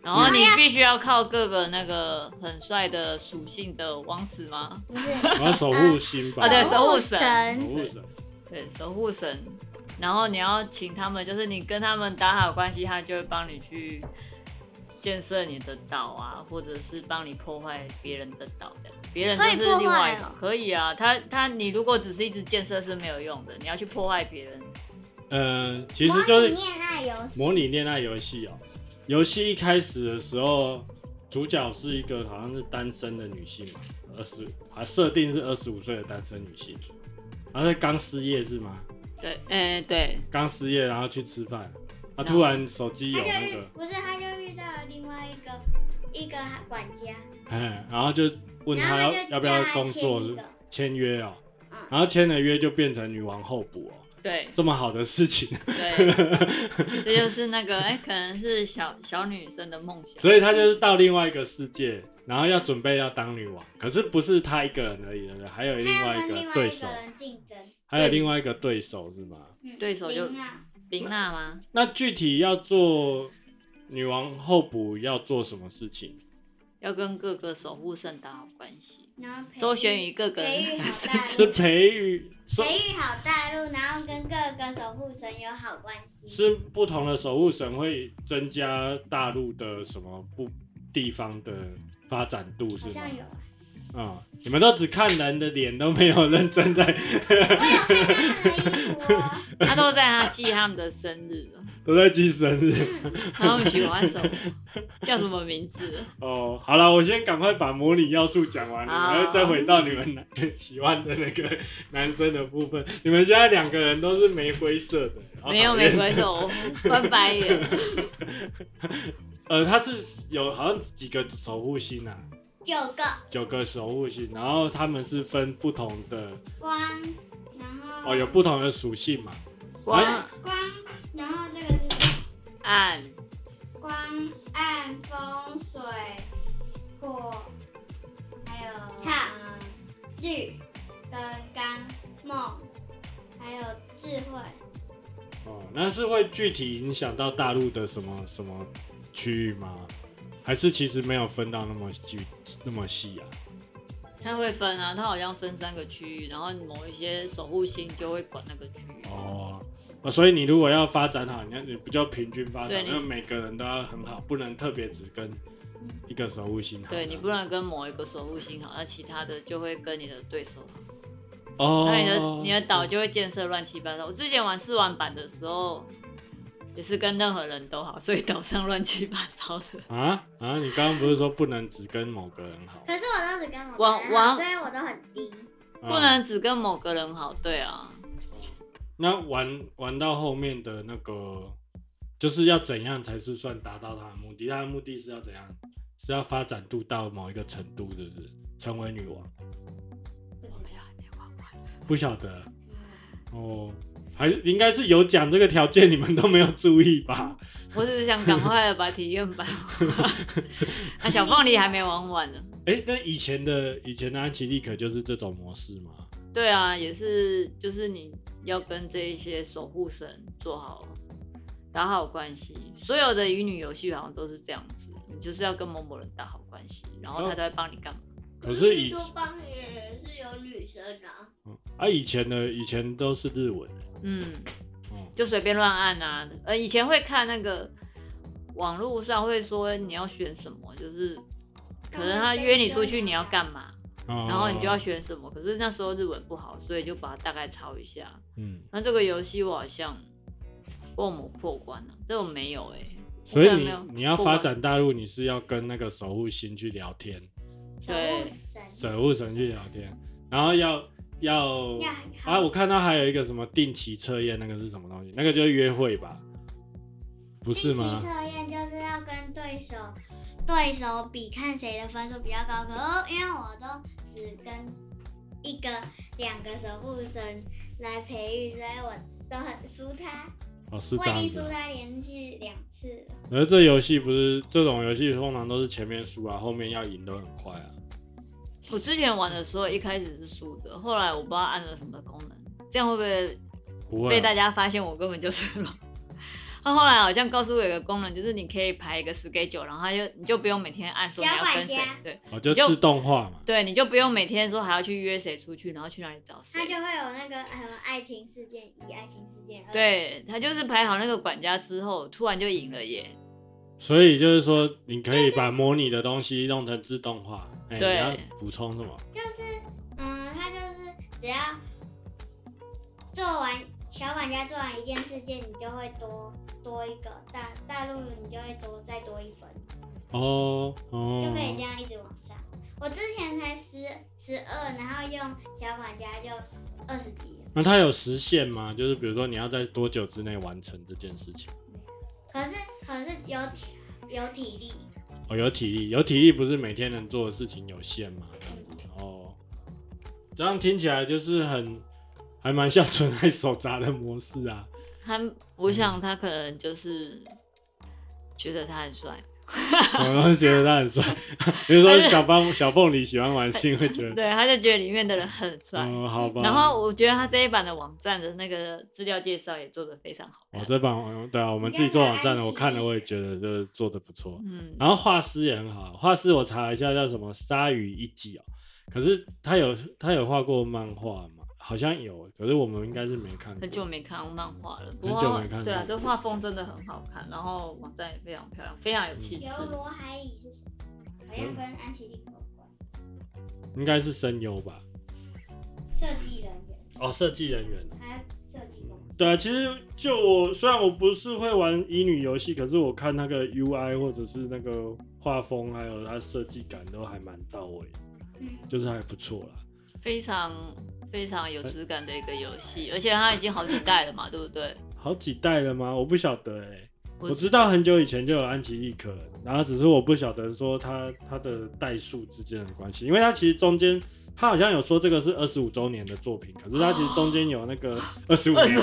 B: 然后你必须要靠各个那个很帅的属性的王子吗？
D: 不是
A: 然后守护星吧，
B: 啊对守护
A: 守
B: 神
D: 神，
A: 护神，
B: 对，守护神。然后你要请他们，就是你跟他们打好关系，他就会帮你去建设你的岛啊，或者是帮你破坏别人的岛这样。别人就是另外一
D: 可以破坏
B: 种
D: 哦，
B: 可以啊。他他你如果只是一直建设是没有用的，你要去破坏别人。
A: 呃，其实就是
C: 模拟恋爱游戏，
A: 模拟恋爱游戏哦。游戏一开始的时候，主角是一个好像是单身的女性嘛，二十啊，设定是二十五岁的单身女性，然后她刚失业是吗？
B: 对，哎、对，
A: 刚失业，然后去吃饭，啊，突然手机有
C: 他就
A: 那
C: 遇
A: 个，
C: 不是他就遇到了另外一个一个管家，
A: 哎，然后就问他
C: 然后
A: 要
C: 他就
A: 要不要
C: 叫他
A: 工作
C: 签一个
A: 签约哦
C: 嗯，
A: 然后签了约就变成女王候补哦，
B: 对
A: 这么好的事情，
B: 对，这就是那个哎、可能是小小女生的梦想。
A: 所以他就是到另外一个世界，然后要准备要当女王，可是不是他一个人而已，对不对还有另
C: 他
A: 外
C: 要
A: 一
C: 跟另
A: 个
C: 外
A: 对
C: 一
A: 手
C: 个，人竞争，
A: 还有另外一个对手是吗？
C: 嗯
B: 对手就
C: 赢了
B: 林娜吗？
A: 那具体要做女王候补要做什么事情？
B: 要跟各个守护神打好关系，
C: 然后培育
B: 周旋于各个
C: 培育 好大
A: 是
C: 陆，
A: 培育，说
C: 培育好大陆，然后跟各个守护神有好关系。
A: 是不同的守护神会增加大陆的什么不地方的发展度是
C: 好
A: 吗？
C: 像有啊，
A: 啊、你们都只看人的脸，都没有认真 在，
C: 哎我有看到他们的衣服哦。
B: 他都在他记他们的生日了，
A: 都在记生日。
B: 嗯 他们喜欢什么，叫什么名字？
A: 哦，好了，我先赶快把模拟要素讲完，你
B: 好
A: 们再回到你们男喜欢的那个男生的部分。你们现在两个人都是玫瑰色的，好
B: 没有
A: 讨厌
B: 玫瑰手，翻白眼。
A: 呃，他是有好像几个守护星啊，
C: 九个
A: 九个守护星，然后他们是分不同的
C: 光，然后
A: 哦，有不同的属性嘛。哎
B: 光
C: 光，然后这个是什么
B: 暗
C: 光暗风嗯水火，还有草绿智慧，
A: 哦，那是会具体影响到大陆的什么什么区域吗？还是其实没有分到那么具那么细啊？
B: 它会分啊，它好像分三个区域，然后某一些守护星就会管那个区域。
A: 哦，啊所以你如果要发展好，你要你比较平均发展，
B: 对你
A: 那每个人都要很好，不能特别只跟一个守护星好。
B: 对你不能跟某一个守护星好，那其他的就会跟你的对手好。
A: 哦，
B: 那你的你的岛就会建设乱七八糟。我之前玩试玩版的时候，也是跟任何人都好，所以岛上乱七八糟的。
A: 啊啊！你刚刚不是说不能只跟某个人好？
C: 可是我都只跟我
B: 王
C: 男
B: 王
C: 好，所以我都很低。
B: 不
A: 啊
B: 能只跟某个人好，对啊，
A: 那玩玩到后面的那个，就是要怎样才是算达到他的目的？他的目的是要怎样？是要发展度到某一个程度，是不是？成为女王？
B: 我们哎要还没玩完。
A: 不晓得哦，还是应该是有讲这个条件，你们都没有注意吧？
B: 我只是想赶快的把体验版玩完。那小凤梨还没玩完呢。
A: 哎、那以前的以前的安琪丽可就是这种模式吗？
B: 对啊，也是，就是你要跟这一些守护神做好打好关系。所有的乙女游戏好像都是这样子，你就是要跟某某人打好关系，然后他才会帮你干嘛。
A: 可是
C: 帝
A: 以
C: 都帮也是有女生啊，
A: 嗯啊以前的以前都是日文，
B: 嗯
A: 嗯，
B: 就随便乱按啊。呃，以前会看那个网络上会说你要选什么，就是可能他约你出去你要干嘛，
A: 哦
B: 然后你就要选什么。可是那时候日文不好，所以就把它大概抄一下。
A: 嗯，
B: 那这个游戏我好像我有没有破关呢、这我没有哎、
A: 所以
B: 我看
A: 你
B: 有没有
A: 你要
B: 破
A: 发
B: 关
A: 展大陆，你是要跟那个守护星去聊天。
C: 守
B: 对
C: 护啊神
A: 守护神去聊天，然后要要
C: 要
A: 啊，我看到还有一个什么定期测验，那个是什么东西？那个就是约会吧？不
C: 不
A: 是吗？
C: 测验就是要跟对手对手比，看谁的分数比较高。可哦，因为我都只跟一个两个守护神来培育，所以我都很输他，
A: 哦，是
C: 我
A: 这样
C: 已经
A: 子
C: 输
A: 啊。
C: 他连续两次了。
A: 而这游戏不是这种游戏，通常都是前面输啊，后面要赢都很快啊。
B: 我之前玩的时候一开始是输的，后来我不知道按了什么功能，这样会不会
A: 不会
B: 被大
A: 啊，
B: 家发现我根本就是乱。他后来好像告诉我有个功能，就是你可以排一个 schedule，然后他就你就不用每天按说你
C: 小
B: 要
C: 管
B: 跟谁
C: 家，
B: 对
A: 哦，就
B: 你就
A: 自动化嘛。
B: 对，你就不用每天说还要去约谁出去，然后去哪里找谁
C: 那。就会有那个什么爱情事件一、爱情事件二。，
B: 对他就是排好那个管家之后，突然就赢了耶。
A: 所以就是说，你可以把模拟的东西弄成自动化。哎、
B: 对
A: 你要补充什么？
C: 嗯，他就是只要做完小管家做完一件事件，你就会多多一个大大陆，你就会多再多一分，
A: 哦
C: 就
A: 哦
C: 可，以这样一直往上。我之前才十十二，然后用小管家就二十级了。
A: 那它有时限吗？就是比如说你要在多久之内完成这件事情？
C: 可是可是有体有体力，
A: 哦，有体力，有体力不是每天能做的事情有限吗？
C: 嗯
A: 这样子哦，这样听起来就是很还蛮像纯爱手札的模式啊。
B: 他我
A: 嗯
B: 想他可能就是觉得他很帅，
A: 我都觉得他很帅，比如说小凤小凤梨喜欢玩性会觉得，
B: 对，他就觉得里面的人很帅。
A: 嗯，好吧。
B: 然后我觉得他这一版的网站的那个资料介绍也做得非常好
A: 我、
B: 看。
A: 这版网对啊，我们自己做网站的，我看了我也觉得这做的不错。
B: 嗯，
A: 然后画师也很好，啊画师我查了一下叫什么鲨鱼一季哦，可是他有他有画过漫画吗？好像有，可是我们应该是没看过。
B: 很久没看漫画了，不
A: 很久
B: 过
A: 没看
B: 对啊
A: 漫，
B: 这画风真的很好看，然后网站也非常漂亮，非常有气
A: 嗯
B: 质。
C: 有罗海里是什么？好像跟安琪丽有关，
A: 应该是声优吧？
C: 设计人员
A: 哦，设计人员。
C: 还有设计公司。
A: 对啊，其实就我虽然我不是会玩乙女游戏，可是我看那个 UI 或者是那个画风，还有它设计感都还蛮到位，
C: 嗯，
A: 就是还不错啦。
B: 非常非常有质感的一个游戏，而且它已经好几代了嘛，对不对？
A: 好几代了吗？我不晓得哎、
B: 我
A: 我知道很久以前就有安琪丽可，然后只是我不晓得说它它的代数之间的关系，因为它其实中间。它好像有说这个是二十五周年的作品，可是它其实中间有那
B: 哦
A: 个二十五年，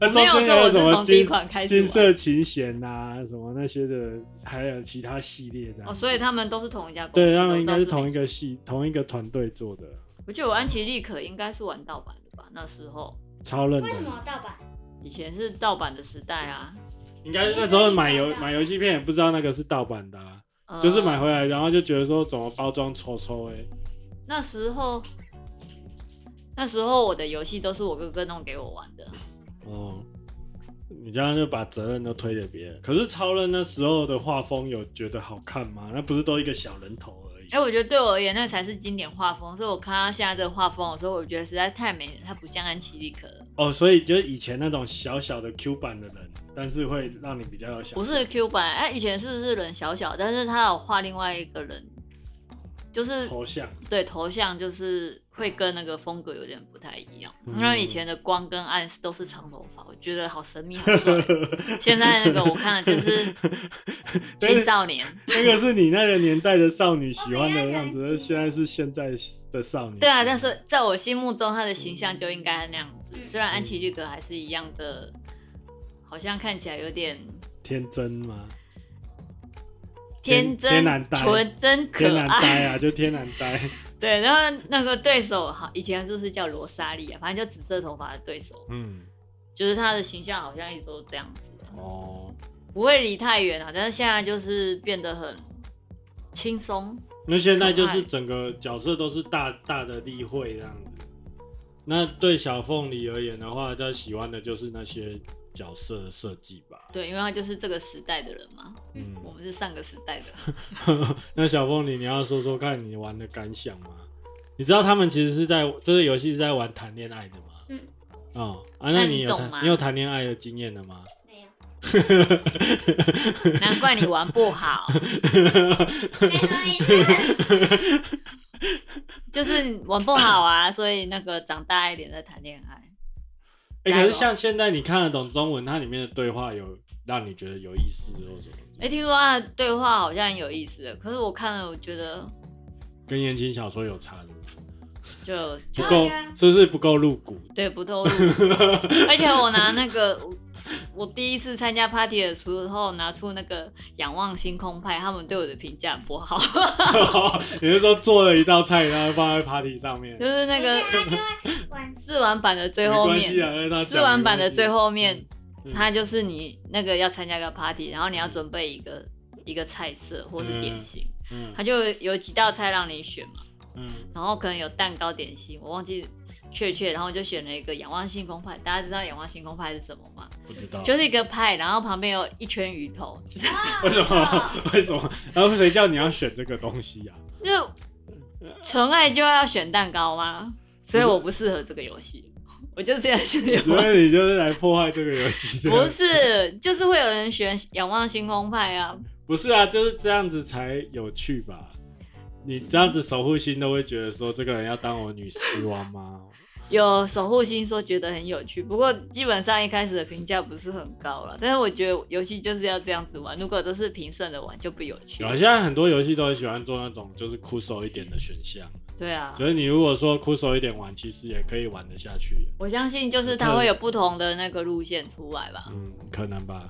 A: 那
B: 我
A: 中
B: 没有
A: 间
B: 说
A: 有
B: 我
A: 什
B: 是
A: 么
B: 从第一
A: 金
B: 款开始
A: 金
B: 玩
A: 色琴弦呐、什么那些的，还有其他系列的、
B: 哦，所以他们都是同一家公司，
A: 对他们应该是
B: 都
A: 同一。个系、同一个团队做的。
B: 我觉得我安琪丽可应该是玩盗版的吧，那时候
A: 超认
C: 为什
A: 的。
C: 么盗版？
B: 以前是盗版的时代啊，
A: 应该是那时候买游买游戏片也不知道那个是盗版的、啊，
B: 呃
A: 就是买回来，然后就觉得说怎么包装丑丑哎，
B: 那时候，那时候我的游戏都是我哥哥弄给我玩的。
A: 哦，你这样就把责任都推给别人。可是超人那时候的画风有觉得好看吗？那不是都一个小人头而已。
B: 哎、我觉得对我而言，那才是经典画风。所以我看到现在这个画风，我说我觉得实在太美了，它不像安琪丽可了，
A: 哦，所以就是以前那种小小的 Q 版的人，但是会让你比较有想。
B: 不是 Q 版。哎、以前是不是人小小，但是他有画另外一个人，就是
A: 头像，
B: 对头像就是会跟那个风格有点不太一样。
A: 嗯
B: 因为以前的光跟暗都是长头发，我觉得好神秘，好帅。现在那个我看了 就是青少年。
A: 那个是你那个年代的少女喜欢的
C: 我
A: 样
C: 比较喜
A: 子，
C: 欢
A: 而现在是现在的少女。
B: 对啊，但是在我心目中，他的形象就应该那样子。
C: 嗯
B: 虽然安琪丽格还是一样的，好像看起来有点
A: 天真吗？
B: 天
A: 天
B: 真
A: 然、呆
B: 纯真、
A: 天
B: 可
A: 然
B: 爱。
A: 呆啊，就天然呆。
B: 对，然后那个对手好，以前是不是叫罗莎莉啊？反正就紫色头发的对手，
A: 嗯，
B: 就是他的形象好像一直都这样子，
A: 哦，
B: 不会离太远啊。但是现在就是变得很轻松，
A: 那现在就是整个角色都是大大的例会这样子。那对小凤梨而言的话，他喜欢的就是那些角色的设计吧。
B: 对，因为他就是这个时代的人嘛，
A: 嗯，
B: 我们是上个时代的。
A: 那小凤梨，你要说说看你玩的感想吗？你知道他们其实是在这个游戏是在玩谈恋爱的吗？
C: 嗯。
A: 哦，啊，那
B: 那你
A: 你有
B: 懂吗
A: 谈你有谈恋爱的经验了吗？
C: 没有，
B: 难怪你玩不好，
C: 再说一次，
B: 就是玩不好啊，所以那个长大一点再谈恋爱。
A: 哎、
B: 加油
A: 可是像现在你看得懂中文，它里面的对话有让你觉得有意思或什么？
B: 哎、听说他的对话好像很有意思，可是我看了，我觉得
A: 跟言情小说有差是不是
B: 就
A: 不
C: 对
A: 够
C: 啊，
A: 是不是不够露骨？
B: 对不透露。而且我拿那个，我我第一次参加 party 的时候拿出那个仰望星空派，他们对我的评价不好，
A: 你是说做了一道菜，然后放在 party 上面
B: 就？哎是那个
C: 不是他就会晚
B: 试玩版的最
A: 没
B: 后
A: 关系
B: 面，
A: 啊，让他讲
B: 试玩版的最，后面。
A: 没关系嗯
B: 它就是你那个要参加个 party，然后你要准备一个一个菜色或是点心，
A: 嗯
B: 它就有几道菜让你选嘛，
A: 嗯，
B: 然后可能有蛋糕点心，我忘记确切，然后我就选了一个仰望星空派，大家知道仰望星空派是什么吗？
A: 不知道，
B: 就是一个派，然后旁边有一圈鱼头，就是
C: 上，
A: 为什么？ 为什么？然后谁叫你要选这个东西啊？
B: 就是纯爱就要选蛋糕吗？所以我不适合这个游戏，我就这样选
A: 我 觉
B: 仰望
A: 得你就是来破坏这个游戏
B: 不
A: 的。
B: 是，就是会有人选仰望星空派啊，
A: 不是啊，就是这样子才有趣吧？你这样子守护星都会觉得说，这个人要当我女女王 吗？
B: 有守护星说觉得很有趣，不过基本上一开始的评价不是很高了。但是我觉得游戏就是要这样子玩，如果都是平顺的玩就不有趣
A: 有。啊，现在很多游戏都很喜欢做那种就是酷手一点的选项，
B: 对啊，
A: 所以你如果说酷手一点玩，其实也可以玩得下去。
B: 我相信就是它会有不同的那个路线出来吧。
A: 嗯，可能吧。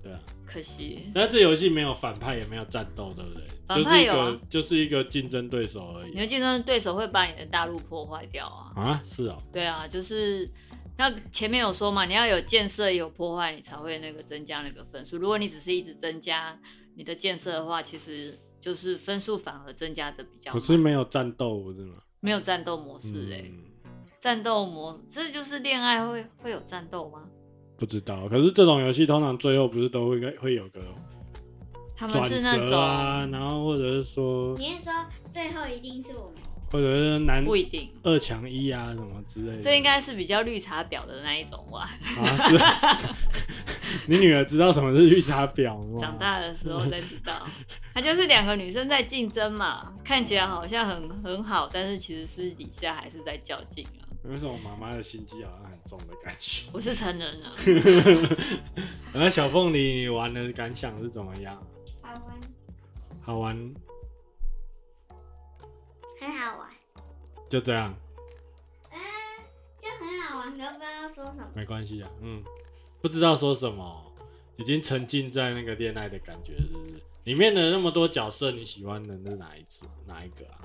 A: 对啊，
B: 可惜，
A: 那这游戏没有反派，也没有战斗，对不对？
B: 反派有啊
A: 就是一个就是一个竞争对手而
B: 你
A: 已
B: 的竞争对手会把你的大陆破坏掉啊。
A: 啊。是哦，
B: 对啊，就是那前面有说嘛，你要有建设有破坏，你才会那个增加那个分数。如果你只是一直增加你的建设的话，其实就是分数反而增加的比较
A: 可
B: 慢，
A: 是没有战斗，不是吗？
B: 没有战斗模式哎、
A: 嗯
B: 战斗模，这就是恋爱会会有战斗吗？
A: 不知道。可是这种游戏通常最后不是都会会有个
B: 他们
A: 转
B: 是那
A: 折
B: 种、
A: 啊，然后或者是说，
C: 你是说最后一定是我们？
A: 或者是男
B: 不一定，
A: 二强一啊什么之类的。
B: 这应该是比较绿茶婊的那一种吧。
A: 啊是。 你女儿知道什么是绿茶婊吗？
B: 长大的 时候才知道，他就是两个女生在竞争嘛，看起来好像很很好，但是其实私底下还是在较劲啊。
A: 有一种妈妈的心机好像很重的感觉。
B: 我是成人啊了，
A: 然后小凤梨，你玩的感想是怎么样？
C: 好玩，
A: 好玩
C: 很好玩，
A: 就这样，
C: 就很好玩，可不知道说什 么。
A: 没关系啊。嗯，不知道说什么，已经沉浸在那个恋爱的感觉，是不是？里面的那么多角色，你喜欢的是哪一只？哪一个啊？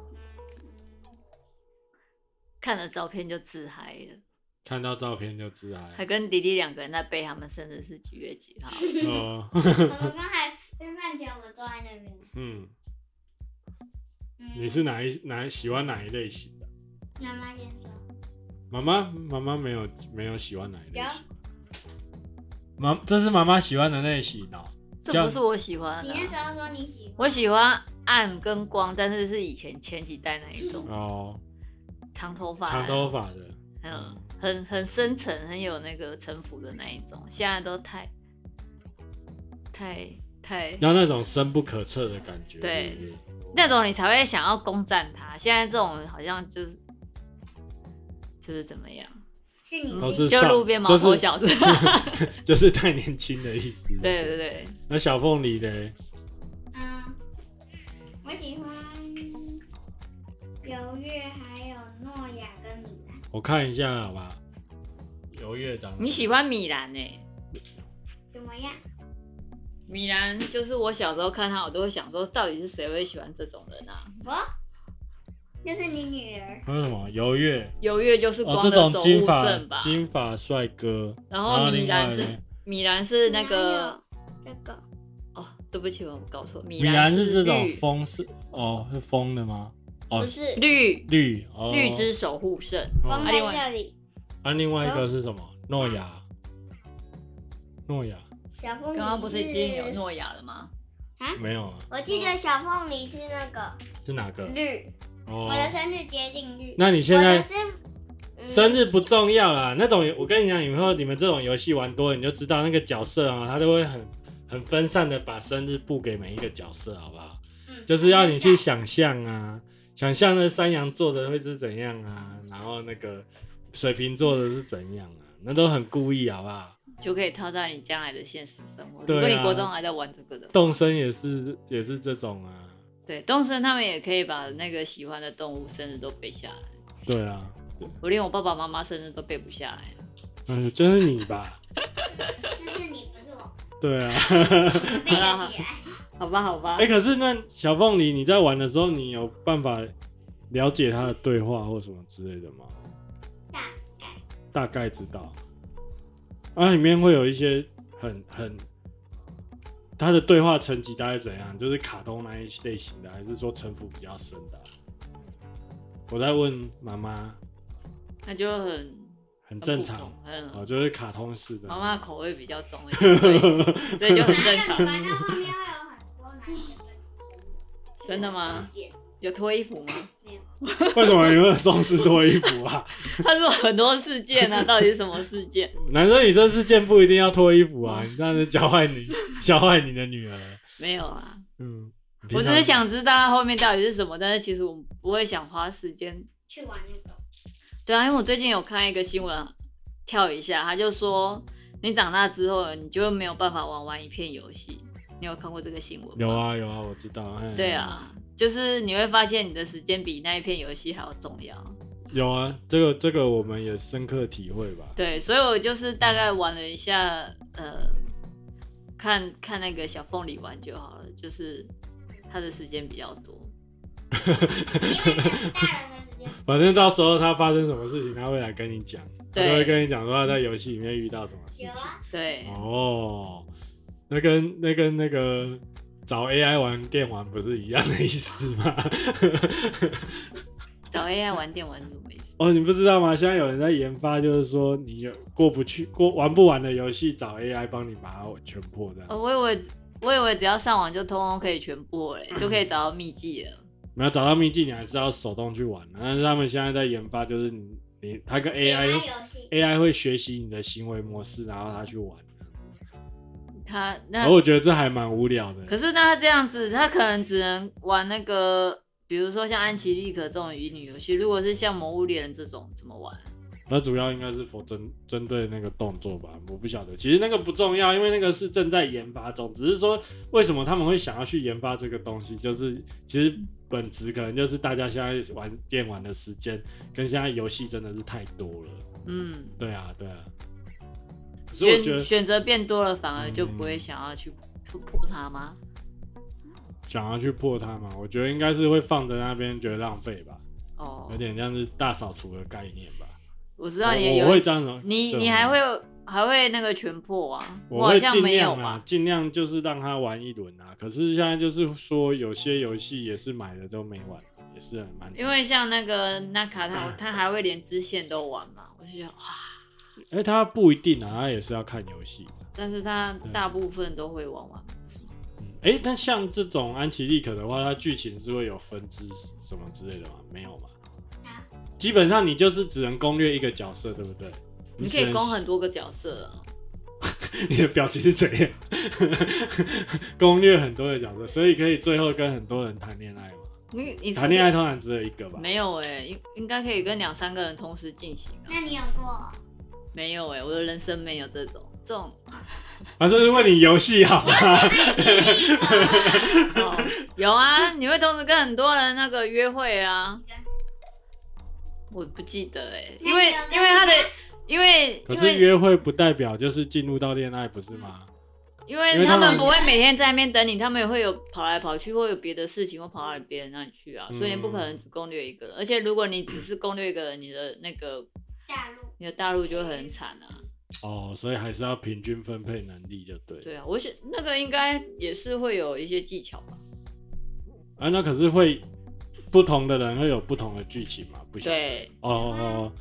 B: 看了照片就自嗨了。
A: 看到照片就自嗨
B: 还。跟迪迪两个人在背他们生日是几月几号。
A: 哦，
C: 我们刚才吃饭前我们坐在那边，
A: 嗯，
C: 嗯
A: 你是哪一哪喜欢哪一类型的？
C: 妈妈先说，
A: 妈妈妈妈没有没有喜欢哪一类型。妈，这是妈妈喜欢的类型哦。这
B: 这
A: 样
B: 不是我喜欢
C: 你
B: 的啊、
C: 那时候说你喜欢，
B: 我喜欢暗跟光，但是是以前前几代那一种
A: 哦，
B: 长头发，
A: 长头发的，
B: 嗯，很很深沉，很有那个城府的那一种，现在都太太太
A: 要那种深不可测的感觉。
B: 对嗯
A: 是不是
B: 那种，你才会想要攻占它。现在这种好像就是就是怎么样，
C: 是你
A: 都哦是
B: 就
A: 上
B: 路边毛 头小子。
A: 就是太年轻的意思。
B: 对对对，
A: 那小凤梨嘞？
C: 嗯，我喜欢犹豫，还有诺亚跟米兰。
A: 我看一下，好吧。游乐长，
B: 你喜欢米兰呢、欸
C: 怎么样？
B: 米兰就是我小时候看他，我都会想说，到底是谁会喜欢这种人啊？
C: 我，就是你女儿。
A: 还有什么游乐？
B: 优越就是
A: 哦，
B: 光
A: 这
B: 的
A: 种
B: 守
A: 金
B: 护
A: 发
B: 圣吧。
A: 金发帅哥，
B: 然后米
A: 另外
B: 兰
A: 呢
B: 是米兰是那个
C: 哪有这个
B: 哦，对不起，我搞错。米
A: 米兰是这种
B: 绿
A: 风是哦，是风的吗？哦
D: 不，是
B: 绿
A: 绿哦，
B: 绿之守护圣，
A: 哦
C: 光
B: 啊
C: 在
B: 另外
C: 这里，
A: 啊，另外一
D: 嗯
A: 个是什么？诺
D: 啊
A: 亚，诺亚
C: 小凤梨
B: 刚刚不是已经有诺亚了吗？
A: 没有啊？
D: 我记得小凤梨是那个
A: 是哪个？
D: 绿，
A: 哦
D: 嗯我，的生日接近绿，
A: 那你现
D: 我
A: 在
D: 的是、嗯
A: 生日不重要啦，那种我跟你讲，以后你们这种游戏玩多了，你就知道那个角色啊，他都会很很分散的把生日布给每一个角色，好不好？
C: 嗯
A: 就是要你去想象啊，想象那山羊座的会是怎样啊，然后那个水瓶座的是怎样啊，那都很故意，好不好？
B: 就可以套在你将来的现实生活。
A: 对啊
B: 如果你国中还在玩这个的话，
A: 动身也是也是这种啊，
B: 对，动森他们也可以把那个喜欢的动物生日都背下来。
A: 对啊，
B: 我连我爸爸妈妈生日都背不下来。
A: 嗯，就是你吧，
C: 那是你，不是我，
A: 对啊，
C: 我背得 起来。
B: 好吧，好吧
A: 哎、，可是那小凤梨你在玩的时候，你有办法了解他的对话或什么之类的吗？
C: 大
A: 大概知道，啊，里面会有一些很很，他的对话层级大概怎样？就是卡通那一类型的，还是说城府比较深的啊、我在问妈妈，
B: 那就很
A: 很正
B: 很
A: 常
B: 普通嗯
A: 哦，就是卡通式的。
B: 妈妈口味比较重一点，所以所以就很正
C: 哪有
B: 常。
C: 哎你玩到后面会有很多男生跟女生
B: 真的吗
C: 之间
B: 有脱衣服吗？
C: 没有，
A: 为什么你们重视脱衣服啊？
B: 他说很多事件啊，到底是什么事件？
A: 男生女生之间不一定要脱衣服
B: 嗯
A: 啊，你这样子教坏 你，教坏你的女儿。
B: 没有啊，
A: 嗯，
B: 我
A: 平
B: 只
A: 常
B: 是想知道它后面到底是什么，但是其实我不会想花时间。
C: 去玩那个。
B: 对啊，因为我最近有看一个新闻，跳一下，他就说你长大之后，你就没有办法玩完一片游戏。你有看过这个新闻吗？
A: 有。啊有啊，我知道。哎
B: 对，啊，就是你会发现你的时间比那一片游戏还要重要。
A: 有啊，这个这个我们也深刻体会吧。
B: 对，所以我就是大
A: 嗯
B: 概玩了一下，呃，看看那个小凤梨玩就好了，就是他的时间比较多。
C: 因为你大人的时间，
A: 反正到时候他发生什么事情，他会来跟你讲，他
B: 对
A: 都会跟你讲说他在游戏里面遇到什么事
C: 有
A: 情。
C: 啊，
B: 对，
A: 哦，那跟那跟那个找 AI 玩电玩不是一样的意思吗？
B: 找 AI 玩电玩是什么意思？
A: 哦，你不知道吗？现在有人在研发，就是说你有过不去、过玩不完的游戏，找 AI 帮你把它全破这样。
B: 哦，我以为我以为只要上网就通通可以全破嘞，就可以找到秘籍了。
A: 没有找到秘境，你还是要手动去玩。但是他们现在在研发，就是你你它跟
C: 其他
A: AI
C: 游戏
A: AI 会学习你的行为模式，然后它去玩。
B: 他
A: 然
B: 那
A: 后我觉得这还蛮无聊的。
B: 可是那他这样子，他可能只能玩那个，比如说像安琪丽可这种乙女游戏。如果是像《魔物猎人》这种，怎么玩？
A: 它主要应该是否针针对那个动作吧，我不晓得。其实那个不重要，因为那个是正在研发中。只是说为什么他们会想要去研发这个东西，就是其实本质可能就是大家现在玩电玩的时间跟现在游戏真的是太多了。
B: 嗯，
A: 对啊，对啊。可是我觉得
B: 选
A: 嗯
B: 选择变多了，反而就不会想要去突破它吗？
A: 想要去破它嘛，我觉得应该是会放在那边觉得浪费吧，
B: 哦
A: 有，点像是大扫除的概念吧。
B: 我知道你
A: 我
B: 有
A: 我会这样子，
B: 你
A: 对
B: 你还会还会那个全破啊？
A: 我
B: 好
A: 会
B: 像
A: 尽
B: 没有
A: 量
B: 吧
A: 啊，？尽量就是让他玩一轮啊。可是现在就是说，有些游戏也是买了都没玩，也是很蛮惨。
B: 因为像那个纳卡他， 他还会连支线都玩嘛，我就觉啊得哇，
A: 哎、他不一定啊，他也是要看游戏。
B: 但是他
A: 对
B: 大部分都会玩完。
A: 嗯，哎、但像这种安琪丽可的话，它剧情是会有分支什么之类的吗？没有吧？
C: 啊
A: 基本上你就是只能攻略一个角色，对不对？
B: 你可
A: 只
B: 以
A: 能
B: 攻很多个角色啊，
A: 你的表情是怎样？ 攻略很多的角色，所以可以最后跟很多人谈恋爱吗？
B: 你你是
A: 谈恋爱通常只有一个吧？
B: 没有哎、应应该可以跟两三个人同时进行啊。
C: 那你有过？
B: 没有哎、我的人生没有这种这种
A: 反正是问你游戏好吗？
B: 哦， 有啊，你会同时跟很多人那个约会啊
C: 跟谁？
B: 我不记得哎、
C: 那
B: 因为
C: 你有跟
B: 因为他的因为
A: 可
B: 因
A: 是
B: 为嗯
A: 约会不代表就是进入到恋爱，不是吗？
B: 因
A: 因
B: 为
A: 为
B: 他
A: 他
B: 们
A: 们
B: 不会每天在那边等你，他们也会有跑来跑去，会有别的事情，会跑到别人那里去啊，
A: 嗯
B: 所以你不可能只攻略一个人。而且如果你只是攻略一个人，你的那个
C: 大陆
B: 你的大陆就会很惨啊。
A: 哦，所以还是要平均分配能力就对了。
B: 对啊，我想那个应该也是会有一些技巧吧。
A: 啊，那可是会不同的人会有不同的剧情嘛？不晓得
B: 对，
A: 哦哦哦，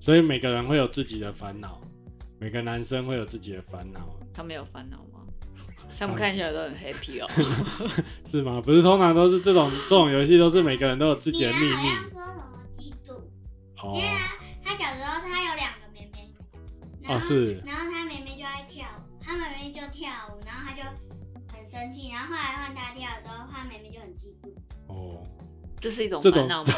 A: 所以每个人会有自己的烦恼，每个男生会有自己的烦恼，
B: 他们有烦恼吗？他们看起来都很 happy 哦。
A: 是吗？不是，通常都是这 种这种游戏都是每个人都有自己
C: 米
A: 的
C: 娅
A: 秘
C: 好像
A: 密
C: 说什么嫉妒，
A: 哦
C: 因为他小时候他有两个妹妹，然
A: 哦
C: 后、
A: 是
C: 然后他妹妹就爱跳舞，他妹妹就跳舞，然后他就很生气，然后后来换他跳的时候，他妹妹就很嫉妒。
A: 哦，
B: 这是一种
A: 这种
B: 烦恼吗？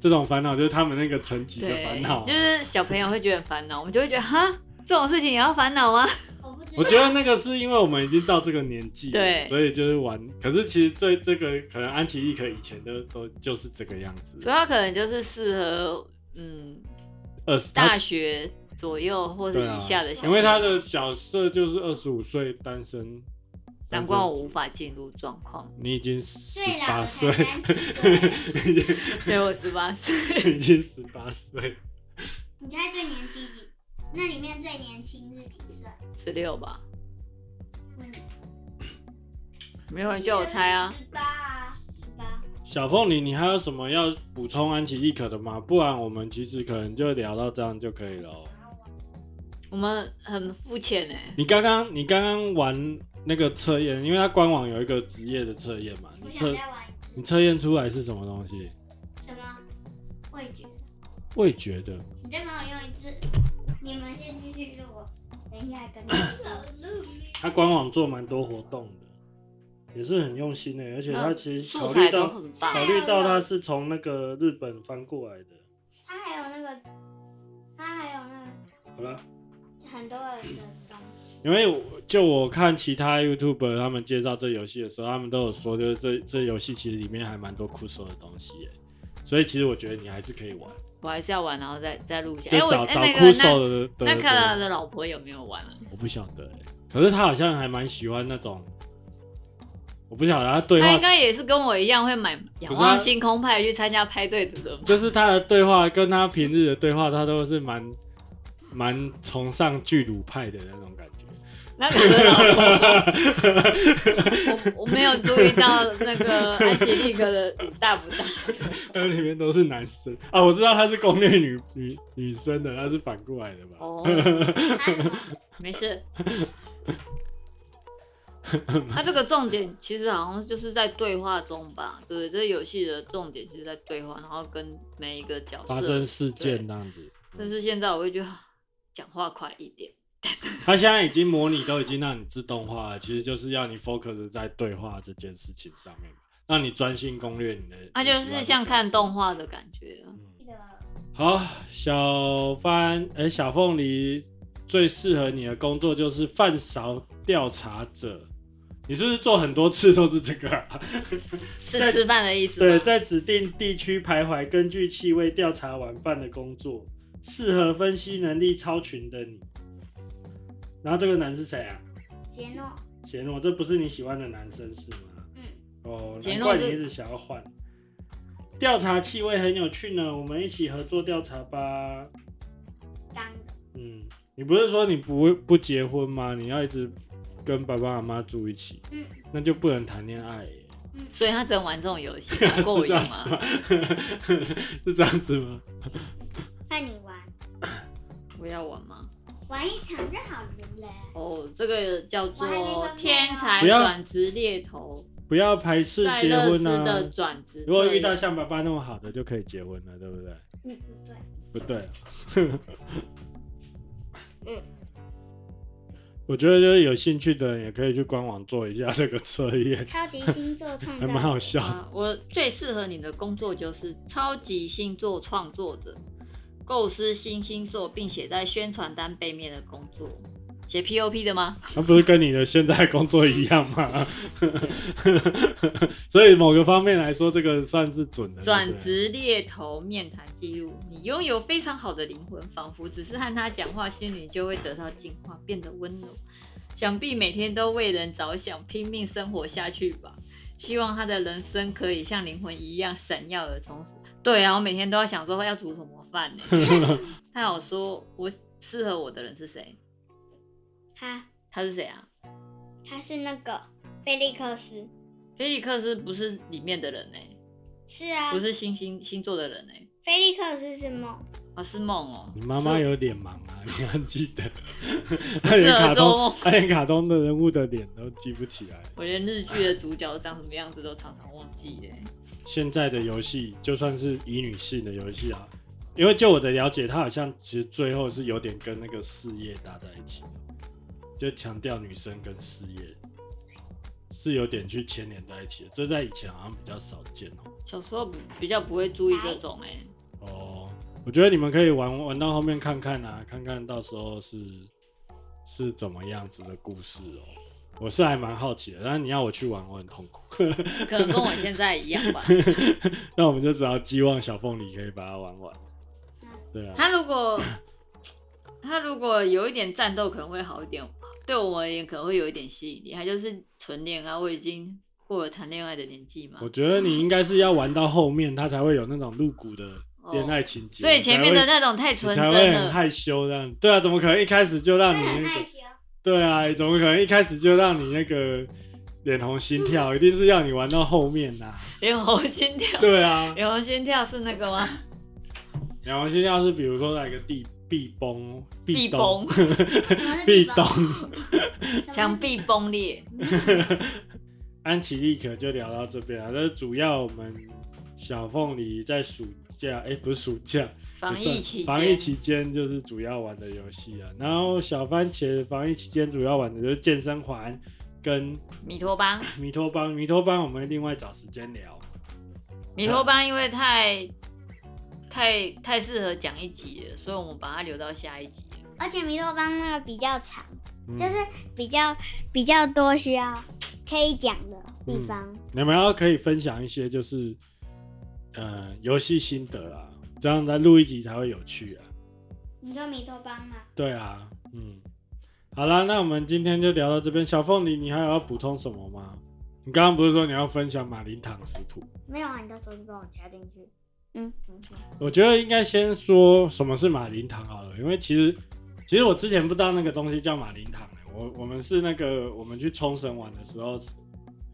A: 这种烦恼就是他们那个层级的烦
B: 对
A: 恼，，啊
B: 就是小朋友会觉得很烦恼，我们就会觉得哈，这种事情也要烦恼吗？
C: 我不知道，
A: 我觉得那个是因为我们已经到这个年纪了，
B: 对
A: 所以就是玩。可是其实这这个可能安琪丽可以前都都就是这个样子
B: 主，要可能就是适合嗯
A: 二十
B: 大学左右或者以下的小
A: 啊因
B: 朋友，
A: 为他的角色就是二十五岁单身，
B: 难
A: 单身
B: 怪我无
A: 族
B: 法进入状况。
A: 你已经十
C: 最老
A: 八
C: 的
A: 岁
C: 才，三十岁，
A: 已经
B: 对我十八岁，
A: 已经十八岁，
C: 你猜最年轻几？那里面最年轻是几岁？
B: 十六吧，
C: 问你
B: 没有人叫我猜啊。
C: 十八啊，十八。
A: 小凤梨，你还有什么要补充安琪丽可的吗？不然我们其实可能就聊到这样就可以了哦。
B: 我们很肤浅哎，
A: 你刚刚你刚刚玩那个测验，因为它官网有一个职业的测验嘛，
C: 我
A: 你
C: 想
A: 测
C: 再玩一
A: 你
C: 次。
A: 测验出来是什么东西？
C: 什么？味觉？
A: 味觉的。
C: 你再帮我用一次。你们先继续录我，等一下跟你们说。
A: 它官网做蛮多活动的，也是很用心的、而且它
B: 嗯
A: 其实
B: 素
A: 考
B: 材
A: 虑
B: 都
A: 到
B: 很
A: 考
B: 棒。啊
A: 虑到它是从那个日本翻过来的。
C: 他还有那个，他还有那
A: 好了，
C: 个很多人的东西。
A: 因为我就我看其他 YouTube 他们介绍这游戏的时候，他们都有说，就是这这游戏其实里面还蛮多酷手的东西、耶。所以其实我觉得你还是可以玩，
B: 我还是要玩，然后再再录一下。
A: 就
B: 哎，我
A: 找、
B: 哎
A: 找
B: 那
A: 酷
B: 个
A: 手的的
B: 那那
A: 的
B: 卡拉的老婆有没有玩啊？
A: 我不晓得、欸，可是他好像还蛮喜欢那种，我不晓得他对
B: 他
A: 话
B: 应，该也是跟我一样会买仰望星空派去参加派对的人吧？
A: 就是他的对话跟他平日的对话，他都是蛮蛮崇尚巨乳派的那种感觉。
B: 那个是老 婆吧我我没有注意到那个安琪丽哥的大不大，
A: 那里面都是男生啊，我知道他是攻略女女女生的，他是反过来的吧？
B: 哦，
C: 他什么？
B: 没事。他这个重点其实好像就是在对话中吧，对不对？这游戏的重点是在对话，然后跟每一个角色
A: 发生事件。那样子。
B: 但是现在我会觉得啊讲话快一点，
A: 他现在已经模拟都已经让你自动化了，其实就是要你 focus 在对话这件事情上面嘛，让你专心攻略你的。
B: 那就
A: 你喜欢
B: 是
A: 的
B: 像
A: 角
B: 看
A: 色
B: 动画的感觉啊。
A: 好，小番哎、小凤梨最适合你的工作就是饭勺调查者。你是不是做很多次都是这个、啊？
B: 是吃饭的意思
A: 对，
B: 吗？
A: 在指定地区徘徊，根据气味调查晚饭的工作，适合分析能力超群的你。然后这个男是谁啊？
C: 杰诺，
A: 杰诺，这不是你喜欢的男生是吗？
C: 嗯，
A: 哦，
B: 杰
A: 难
B: 诺
A: 怪
B: 是
A: 你一直想要换。调查气味很有趣呢，我们一起合作调查吧。嗯你不是说你不不结婚吗？你要一直跟爸爸妈妈住一起，
C: 嗯
A: 那就不能谈恋爱耶。
B: 所以他只能玩这种游 戏，打过
A: 是这
B: 瘾
A: 样
B: 吗
A: 子？吗？ 是这样子吗？
C: 那你玩
B: 我要玩吗？
C: 玩一场就好了嘞。
B: 哦，这个叫
C: 我还没分
B: 做
C: 配哦
B: 天才
A: 不要
B: 转职猎头，
A: 不要排斥
B: 塞
A: 结
B: 勒斯
A: 婚
B: 哎的
A: 啊！
B: 转职。
A: 如果遇到像爸爸那么好的，就可以结婚了，对不对？
C: 嗯，不对，
A: 不对啊。我觉得就是有兴趣的人也可以去官网做一下这个测验，
C: 超级星座创
A: 还
C: 造，
A: 蛮好笑的。
B: 啊，我最适合你的工作就是超级星座创作者，构思新星座并写在宣传单背面的工作。写 POP 的吗？
A: 那不是跟你的现在工作一样吗？ 所以某个方面来说，这个算是准的。对
B: 转
A: 不对
B: 职猎头面谈记录，你拥有非常好的灵魂，仿佛只是和他讲话，心灵就会得到净化，变得温柔。想必每天都为人着想，拼命生活下去吧。希望他的人生可以像灵魂一样闪耀而充实。对啊，我每天都要想说要煮什么饭呢、 他有说我适合我的人是谁？
C: 他
B: 他是谁啊？
C: 他是那个菲利克斯，
B: 菲利克斯不是里面的人呢、
C: 是啊，
B: 不是星星星座的人呢、
C: 菲利克斯是梦，
B: 啊是梦哦、
A: 你妈妈有脸盲啊，你要记 得。她
B: 适
A: 连
B: 合
A: 卡
B: 啊做
A: 通
B: 梦，
A: 她连卡通的人物的脸都记不起来。
B: 我连日剧的主角长什么样子都常常忘记耶、
A: 现在的游戏，就算是乙女性的游戏啊，因为就我的了解，它好像其实最后是有点跟那个事业搭在一起的，就强调女生跟事业是有点去牵连在一起的，这在以前好像比较少见哦。
B: 小时候比较不会注意这种哎、
A: 哦，我觉得你们可以玩玩到后面看看啊，看看到时候是是怎么样子的故事哦。我是还蛮好奇的，但是你要我去玩，我很痛苦。
B: 可能跟我现在一样吧。
A: 那我们就只好寄望小凤梨可以把它玩完。对啊，
B: 他如果他如果有一点战斗，可能会好一点。对我而言，可能会有一点吸引力。他就是纯恋爱，我已经过了谈恋爱的年纪嘛
A: 我。觉得你应该是要玩到后面，它才会有那种露骨的恋爱情节、
B: 哦所以前面的那种太
A: 你才会
B: 纯真
A: 你才会很
B: 了，
A: 害羞这样。对啊，怎么可能一开始就让
C: 会
A: 你
C: 很
A: 那
C: 害
A: 个？
C: 羞。
A: 对啊，怎么可能一开始就让你那个脸红心 跳？一定是要你玩到后面呐、
B: 脸红心跳。
A: 对啊，
B: 脸红心跳是那个吗？
A: 然后现在要是比如说来个地壁崩、
B: 壁
A: 咚
B: 崩、，
A: 壁咚，
B: 墙壁崩裂。
A: 安琪丽可就聊到这边了。但是主要我们小凤梨在暑假，哎、不是暑假，
B: 防
A: 也
B: 疫
A: 算
B: 期
A: 防疫
B: 间，
A: 期间就是主要玩的游戏啊。然后小番茄防疫期间主要玩的就是健身环跟
B: 米托邦，
A: 弥托邦，弥托邦我们另外找时间聊。啊
B: 米托邦因为太太太适合讲一集了，所以我们把它留到下一集了。
C: 而且弥托邦那个比较长，
A: 嗯、
C: 就是比较比较多需要可以讲的地
A: 嗯
C: 方。
A: 你们要可以分享一些就是呃游戏心得啊，这样再录一集才会有趣啊。
C: 你说弥托邦吗？
A: 对啊，嗯，好啦，那我们今天就聊到这边。小凤梨，你还有要补充什么吗？你刚刚不是说你要分享马林糖食谱？
C: 没有啊，你到时候就帮我加进去。嗯，嗯
A: 我觉得应该先说什么是马林糖好了，因为其实其实我之前不知道那个东西叫马林糖、欸、我我们是那个我们去冲绳玩的时候，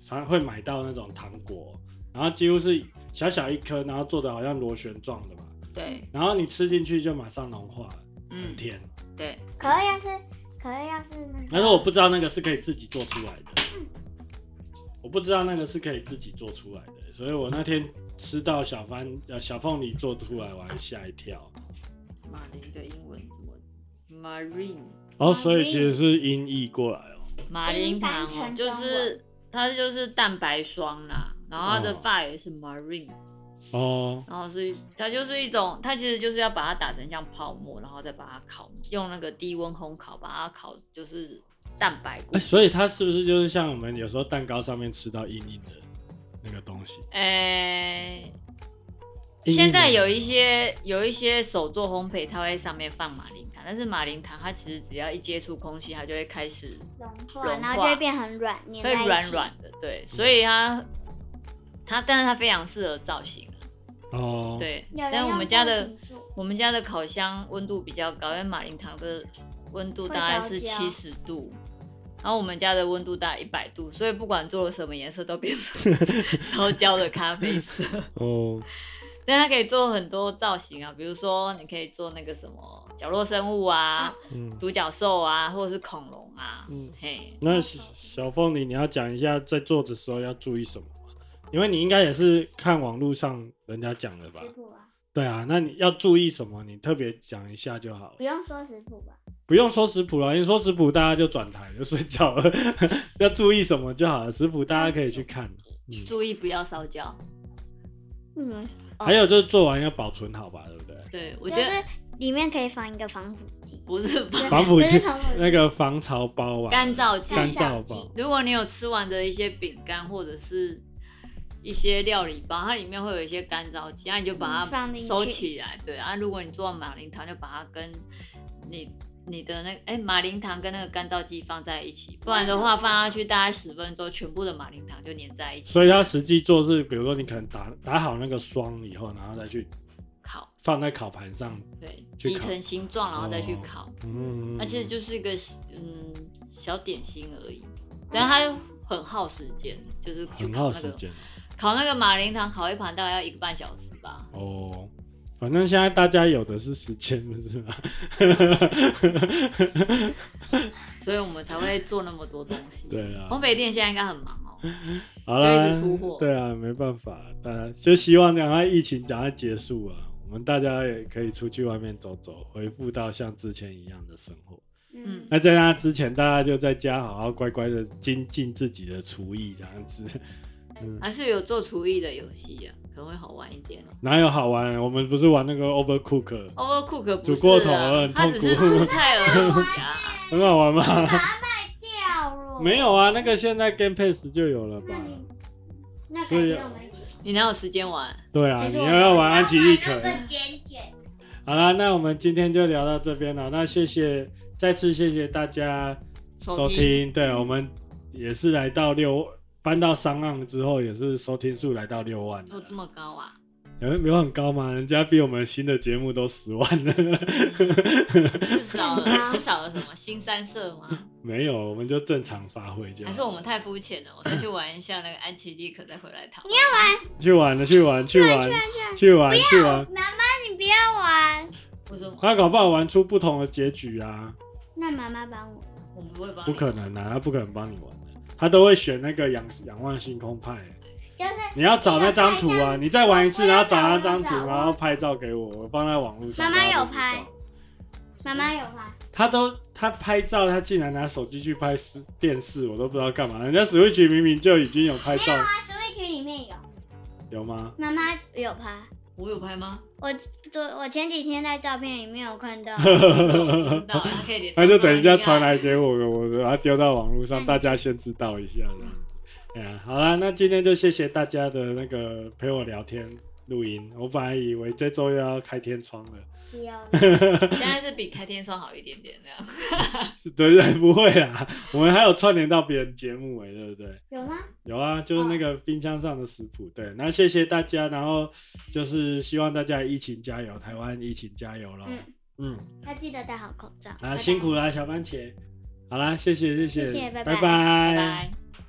A: 常会买到那种糖果，然后几乎是小小一颗，然后做的好像螺旋状的吧，
B: 对，
A: 然后你吃进去就马上融化了，很
B: 嗯，
A: 甜。
B: 对，
C: 可乐要是可乐要是那
A: 但
C: 个
A: 是我不知道那个是可以自己做出来的，我不知道那个是可以自己做出来的，所以我那天吃到小番呃小凤梨做出来，我还吓一跳。
B: 马林的英文怎么？Marine，
A: 哦，所以其实是音译过来哦。
B: 马林糖
C: 英
B: 哦
C: 翻成
B: 就是它就是蛋白霜啦，然后它的
A: 哦
B: 发语是 Marine，、
A: 哦，
B: 然后是它就是一种，它其实就是要把它打成像泡沫，然后再把它烤，用那个低温烘烤把它烤，就是蛋白
A: 哎、
B: 固
A: 所以它是不是就是像我们有时候蛋糕上面吃到硬硬的那个东西？硬
B: 诶、
A: 硬的
B: 现在有一些有一些手做烘焙，它会上面放马林糖，但是马林糖它其实只要一接触空气，它就会开始
C: 融化，
B: 融化
C: 然后就会变很软，粘在
B: 会
C: 一起。
B: 软软的，对，所以它它但是它非常适合造型，啊
A: 哦，，
B: 对。
C: 有人
B: 但我
C: 用
B: 们家的
C: 钢琴做
B: 我们家的烤箱温度比较高，因为马林糖的温度大概
D: 会
B: 是
D: 烧
B: 七
D: 焦
B: 十度，然后我们家的温度大概一百度，所以不管做了什么颜色都变成 烧焦的咖啡色。
A: 哦，
B: 但它可以做很多造型啊，比如说你可以做那个什么角落生物啊、
A: 嗯
B: 独角兽啊，或者是恐龙啊，
A: 嗯。
B: 嘿，
A: 那小小凤梨，你要讲一下在做的时候要注意什么吗？因为你应该也是看网络上人家讲的吧
C: 食？谱啊，
A: 对啊，那你要注意什么？你特别讲一下就好
C: 不
A: 了，
C: 用说食谱吧，
A: 不用说食谱了，因为说食谱大家就转台就睡觉了。 要注意什么就好了，食谱大家可以去看。嗯，
B: 注意不要烧焦。
D: 嗯，
A: 还有就是做完要保存好吧，对不对？
B: 对，我
D: 就
B: 觉得
D: 是里面可以放一个防腐剂，
B: 不是吧？
A: 防腐
C: 不是
A: 剂
C: 防腐剂
A: 那个防潮包啊，
B: 干燥剂
A: 干燥
C: 干燥剂
A: 包，
B: 如果你有吃完的一些饼干或者是一些料理包，它里面会有一些干燥剂，那你就把
D: 嗯
B: 它
D: 放进去
B: 收起来。对啊，如果你做马铃糖，就把它跟你你的那个哎、马铃糖跟那个干燥剂放在一起，不然的话放下去大概十分钟，全部的马铃糖就粘在一起。
A: 所以要实际做是，比如说你可能打打好那个霜以后，然后再去
B: 烤，
A: 放在烤盘上，
B: 对，
A: 去
B: 挤
A: 烤哦
B: 成形状，然后再去烤。
A: 嗯，
B: 那其实就是一个嗯小点心而已，但它很耗时间，就是
A: 嗯
B: 去
A: 很
B: 烤
A: 耗
B: 那
A: 时
B: 个
A: 间
B: 烤那个马铃糖，烤一盘大概要一个半小时吧。
A: 哦。反正现在大家有的是时间，不是吗？
B: 所以我们才会做那么多东西。
A: 对啊嗯
B: 烘焙店现在应该很忙哦、
A: 好啦
B: 就一直出货，
A: 对啊，没办法，大家就希望赶快疫情赶快结束啊，我们大家也可以出去外面走走，恢复到像之前一样的生活。
B: 嗯
C: 嗯，
A: 那在那之前，大家就在家好好乖乖的精进自己的厨艺，这样子。嗯，
B: 还是有做厨艺的游戏啊，可能会好玩一点哦、
A: 哪有好玩？我们不是玩那个 Overcook，
B: Overcook 不是、啊、
A: 煮过头了很
B: 它
A: 痛
B: 只
A: 苦
B: 是出菜而已 啊。
A: 很好玩吗？
C: 掉了，
A: 没有啊，那个现在 Game Pass 就有了吧？
C: 那改
A: 所以
C: 天我们一起。
B: 你哪有时间玩？
A: 对啊，
D: 其
A: 你
D: 实我
A: 要不要玩安琪丽可？
C: 那个剪剪，
A: 好啦，那我们今天就聊到这边了。那谢谢，再次谢谢大家收
B: 收
A: 听。
B: 听
A: 对我们也是来到六，搬到商岸之后，也是收听数来到六万了
B: 都这么高啊？
A: 有没有很高吗？人家比我们新的节目都十万 了。
B: 是少了是少了什么新三色吗？
A: 没有，我们就正常发挥就好。
B: 还是我们太肤浅了？我再去玩一下那个安琪丽可，再回来讨论。
A: 去玩了，去玩，去玩，去玩，去玩。
C: 妈妈你不要玩，
B: 为什么？
A: 他搞不好玩出不同的结局啊！
C: 那妈妈帮我。
B: 我们不会帮你
A: 不可能啊，他不可能帮你玩的，他都会选那个仰仰望星空派。欸
C: 就是
A: 你要找那张图
C: 那个
A: 啊，
C: 拍照
A: 你再玩一次，然后找那
C: 我
A: 张图
C: 找，我
A: 然后拍照给我，我放在网络上。
C: 妈妈
A: 大家都
C: 有
A: 知道
C: 拍，妈妈有玩，
A: 他都他拍照，他竟然拿手机去拍视电视，我都不知道干嘛。人家 Switch 明明就已经有拍照，
C: 啊，Switch 里面有，
A: 有吗？
C: 妈妈有拍。
B: 我有拍 吗？
C: 我昨我前几天在照片里面有看到，
B: 我不知道，他可以连。
A: 那就等人家传。来给我，我把它丢到网络上，
C: 嗯
A: 大家先知道一下这样。哎呀，好啦，那今天就谢谢大家的那个陪我聊天录音。我本来以为这周又要开天窗了，
C: 不要了，
B: 现在是比开天窗好一点点那样。
A: 对 对，不会啦，我们还有串联到别人节目哎、对不对？
C: 有吗？哦
A: 有啊，就是那个冰箱上的食谱。对，那谢谢大家，然后就是希望大家疫情加油，台湾疫情加油喽。
C: 嗯
A: 嗯，
C: 要记得戴好口罩。
A: 啊，辛苦啦，小番茄。好啦，谢谢谢
C: 谢谢拜
A: 拜
C: 拜
B: 拜拜。